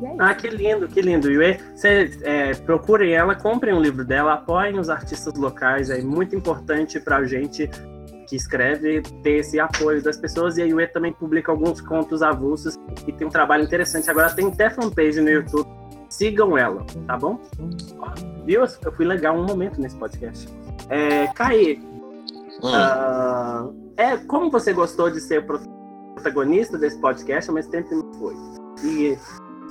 E é isso.
Ah, que lindo, que lindo. Yue, cê, é, procurem ela, comprem o livro dela, apoiem os artistas locais. É muito importante pra gente que escreve ter esse apoio das pessoas. E a Yue também publica alguns contos avulsos e tem um trabalho interessante. Agora tem até fanpage no YouTube. Sigam ela, tá bom? Viu? Eu fui legal um momento nesse podcast. É, Kaique,
Hum.
Ah, é, como você gostou de ser o pro- protagonista desse podcast, mas sempre não foi. E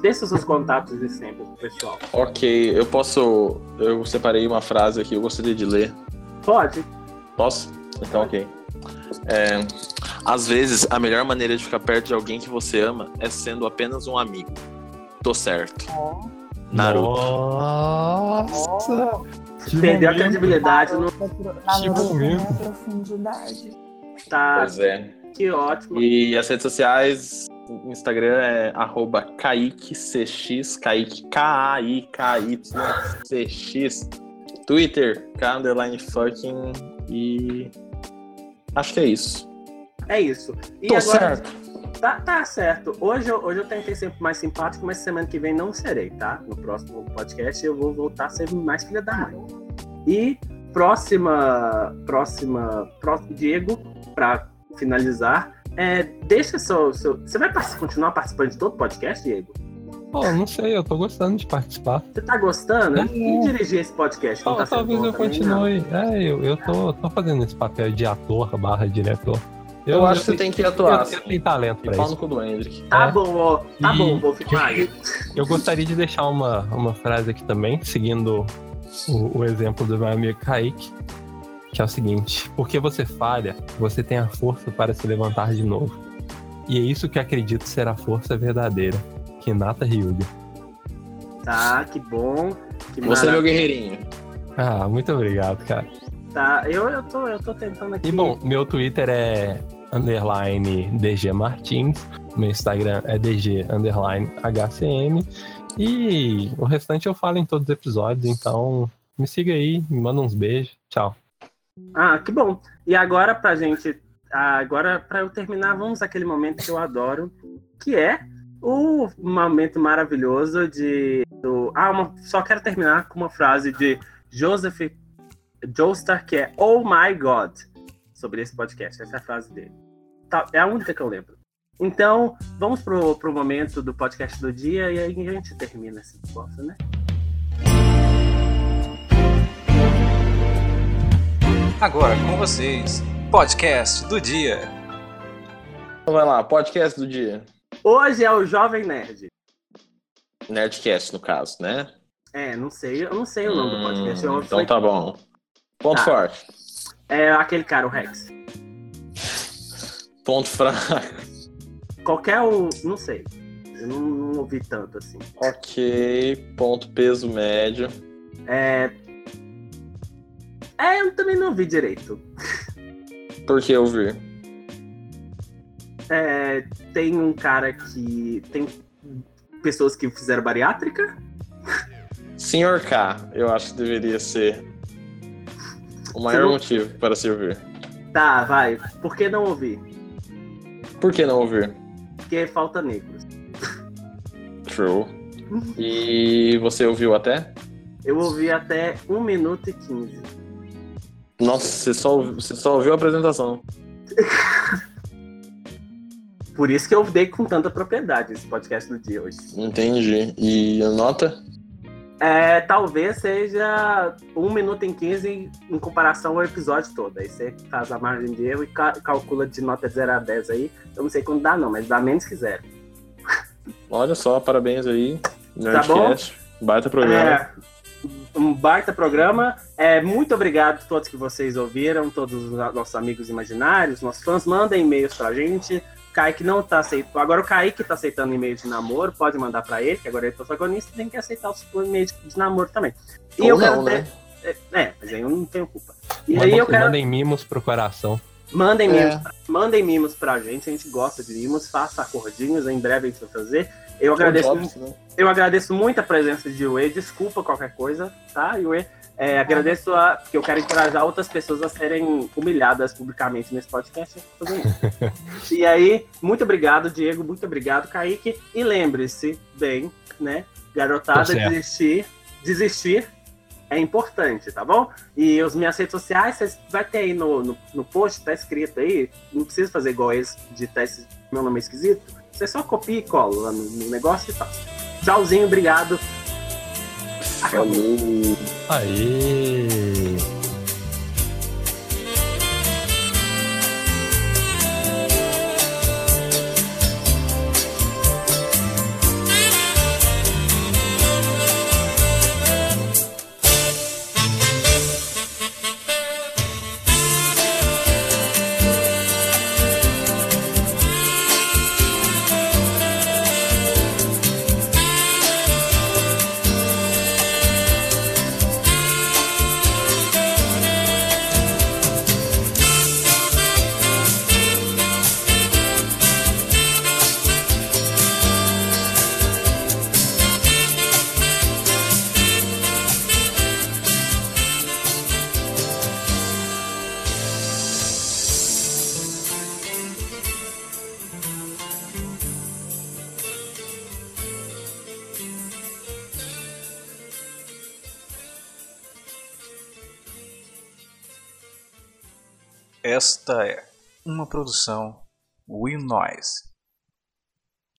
deixa os seus contatos de sempre, pro pessoal.
Ok, eu posso. Eu separei uma frase aqui, eu gostaria de ler.
Pode?
Posso? Então, ok. É, às vezes, a melhor maneira de ficar perto de alguém que você ama é sendo apenas um amigo. Tô certo.
Ó,
Naruto.
Nossa! Que
Perdeu a
momento.
credibilidade no.
na
Que
nossa
momento.
profundidade.
Tá,
Pois é.
que ótimo.
E as redes sociais, o Instagram é arroba KaiqueCX, Kaique K-A-I-K-Y-C-X. Twitter, K underline fucking e. Acho que é isso.
É isso. E
Tô
agora.
certo.
Tá, tá certo. Hoje, eu- hoje eu tentei ser mais simpático, mas semana que vem não serei, tá? No próximo podcast eu vou voltar a ser mais filha da mãe. E próxima, próxima, pró- Diego, para finalizar, é, deixa seu, seu- Você vai partic- continuar participando de todo o podcast, Diego?
Pô, não sei, eu tô gostando de participar.
Você tá gostando?
Não.
E dirigir esse podcast? Não
Tal-
tá sendo
talvez
bom
eu
também, né?
continue. É, eu, eu tô, tô fazendo esse papel de ator barra diretor.
Eu, acho que você tem que atuar.
Eu, eu
assim.
tenho talento
E
pra
pau
isso.
no cu do Hendrick.
não. Tá
É.
bom, ó. Tá
E-
bom, vou ficar aí.
Eu gostaria de deixar uma, uma frase aqui também, seguindo o, o exemplo do meu amigo Kaique, que é o seguinte: Porque você falha, você tem a força para se levantar de novo. E é isso que acredito ser a força verdadeira. Renata Ryuga.
Tá, que bom. Que
Você é meu
maravilha.
guerreirinho.
Ah, muito obrigado, cara.
Tá, eu, eu, tô, eu tô tentando aqui.
E bom, meu Twitter é underline DG Martins, meu Instagram é DG underline HCM e o restante eu falo em todos os episódios, então me siga aí, me manda uns beijos, tchau.
Ah, que bom. E agora pra gente, agora pra eu terminar, vamos àquele momento que eu adoro, que é o momento maravilhoso de do, ah, uma- só quero terminar com uma frase de Joseph Joestar que é Oh my God sobre esse podcast. Essa é a frase dele. Tá, é a única que eu lembro. Então, vamos pro, pro momento do podcast do dia e aí a gente termina esse negócio, né?
Agora com vocês, podcast do dia.
Então vai lá, podcast do dia.
Hoje é o Jovem Nerd.
Nerdcast, no caso, né?
É, não sei, eu não sei o nome do podcast.
Hum,
Eu
então tá bom. Ponto
Tá.
forte.
É aquele cara, o Rex.
Ponto fraco.
Qualquer um. Não sei. Eu não, não ouvi tanto assim.
Ok. Ponto peso médio.
É. É, eu também não ouvi direito.
Por que ouvir?
É, tem um cara que. Tem pessoas que fizeram bariátrica.
Senhor K, eu acho que deveria ser o maior
não-
motivo para se ouvir.
Tá, vai. Por que não ouvir?
Por que não ouvir?
Porque falta negros.
True. E você ouviu até?
Eu ouvi até 1 minuto e 15.
Nossa, você só, você só ouviu a apresentação.
Por isso que eu dei com tanta propriedade esse podcast do dia hoje.
Entendi. E a nota?
É, talvez seja 1 minuto em 15 em comparação ao episódio todo. Aí você faz a margem de erro e ca- calcula de nota de 0 a 10 aí. Eu não sei quanto dá, não, mas dá menos que zero.
Olha só, parabéns aí. Nerdcast. Baita programa.
É, um baita programa. É, muito obrigado a todos que vocês ouviram, todos os no- nossos amigos imaginários, nossos fãs. Mandem e-mails pra gente. Kaique não tá aceitando. Agora o Kaique tá aceitando e-mail de namoro, pode mandar pra ele, que agora ele é protagonista, tem que aceitar os e-mails de namoro também. E
Ou
eu quero
não,
ter-
né?
É, é, mas aí eu não tenho culpa. E aí
Mandem,
eu quero.
um- mandem mimos pro coração.
Mandem mimos,
É.
mandem mimos pra gente, a gente gosta de mimos, faça acordinhos, em breve a gente vai fazer. Eu agradeço,
Jobs, né?
eu agradeço muito a presença de Yue, desculpa qualquer coisa, tá, Yue? É, agradeço a. Porque eu quero encorajar outras pessoas a serem humilhadas publicamente nesse podcast. eu tô fazendo isso. e aí, muito obrigado, Diego, muito obrigado, Kaique. E lembre-se, bem, né?
Tá
Garotada,
certo.
desistir, desistir é importante, tá bom? E as minhas redes sociais, vocês vai ter aí no, no, no post, tá escrito aí. Não precisa fazer igual eles, digitar esse meu nome é esquisito. Você só copia e cola lá no, no negócio e tal. Tchauzinho, obrigado. Acabou.
Falou.
Aê!
Thank
Esta é uma produção Will Noise.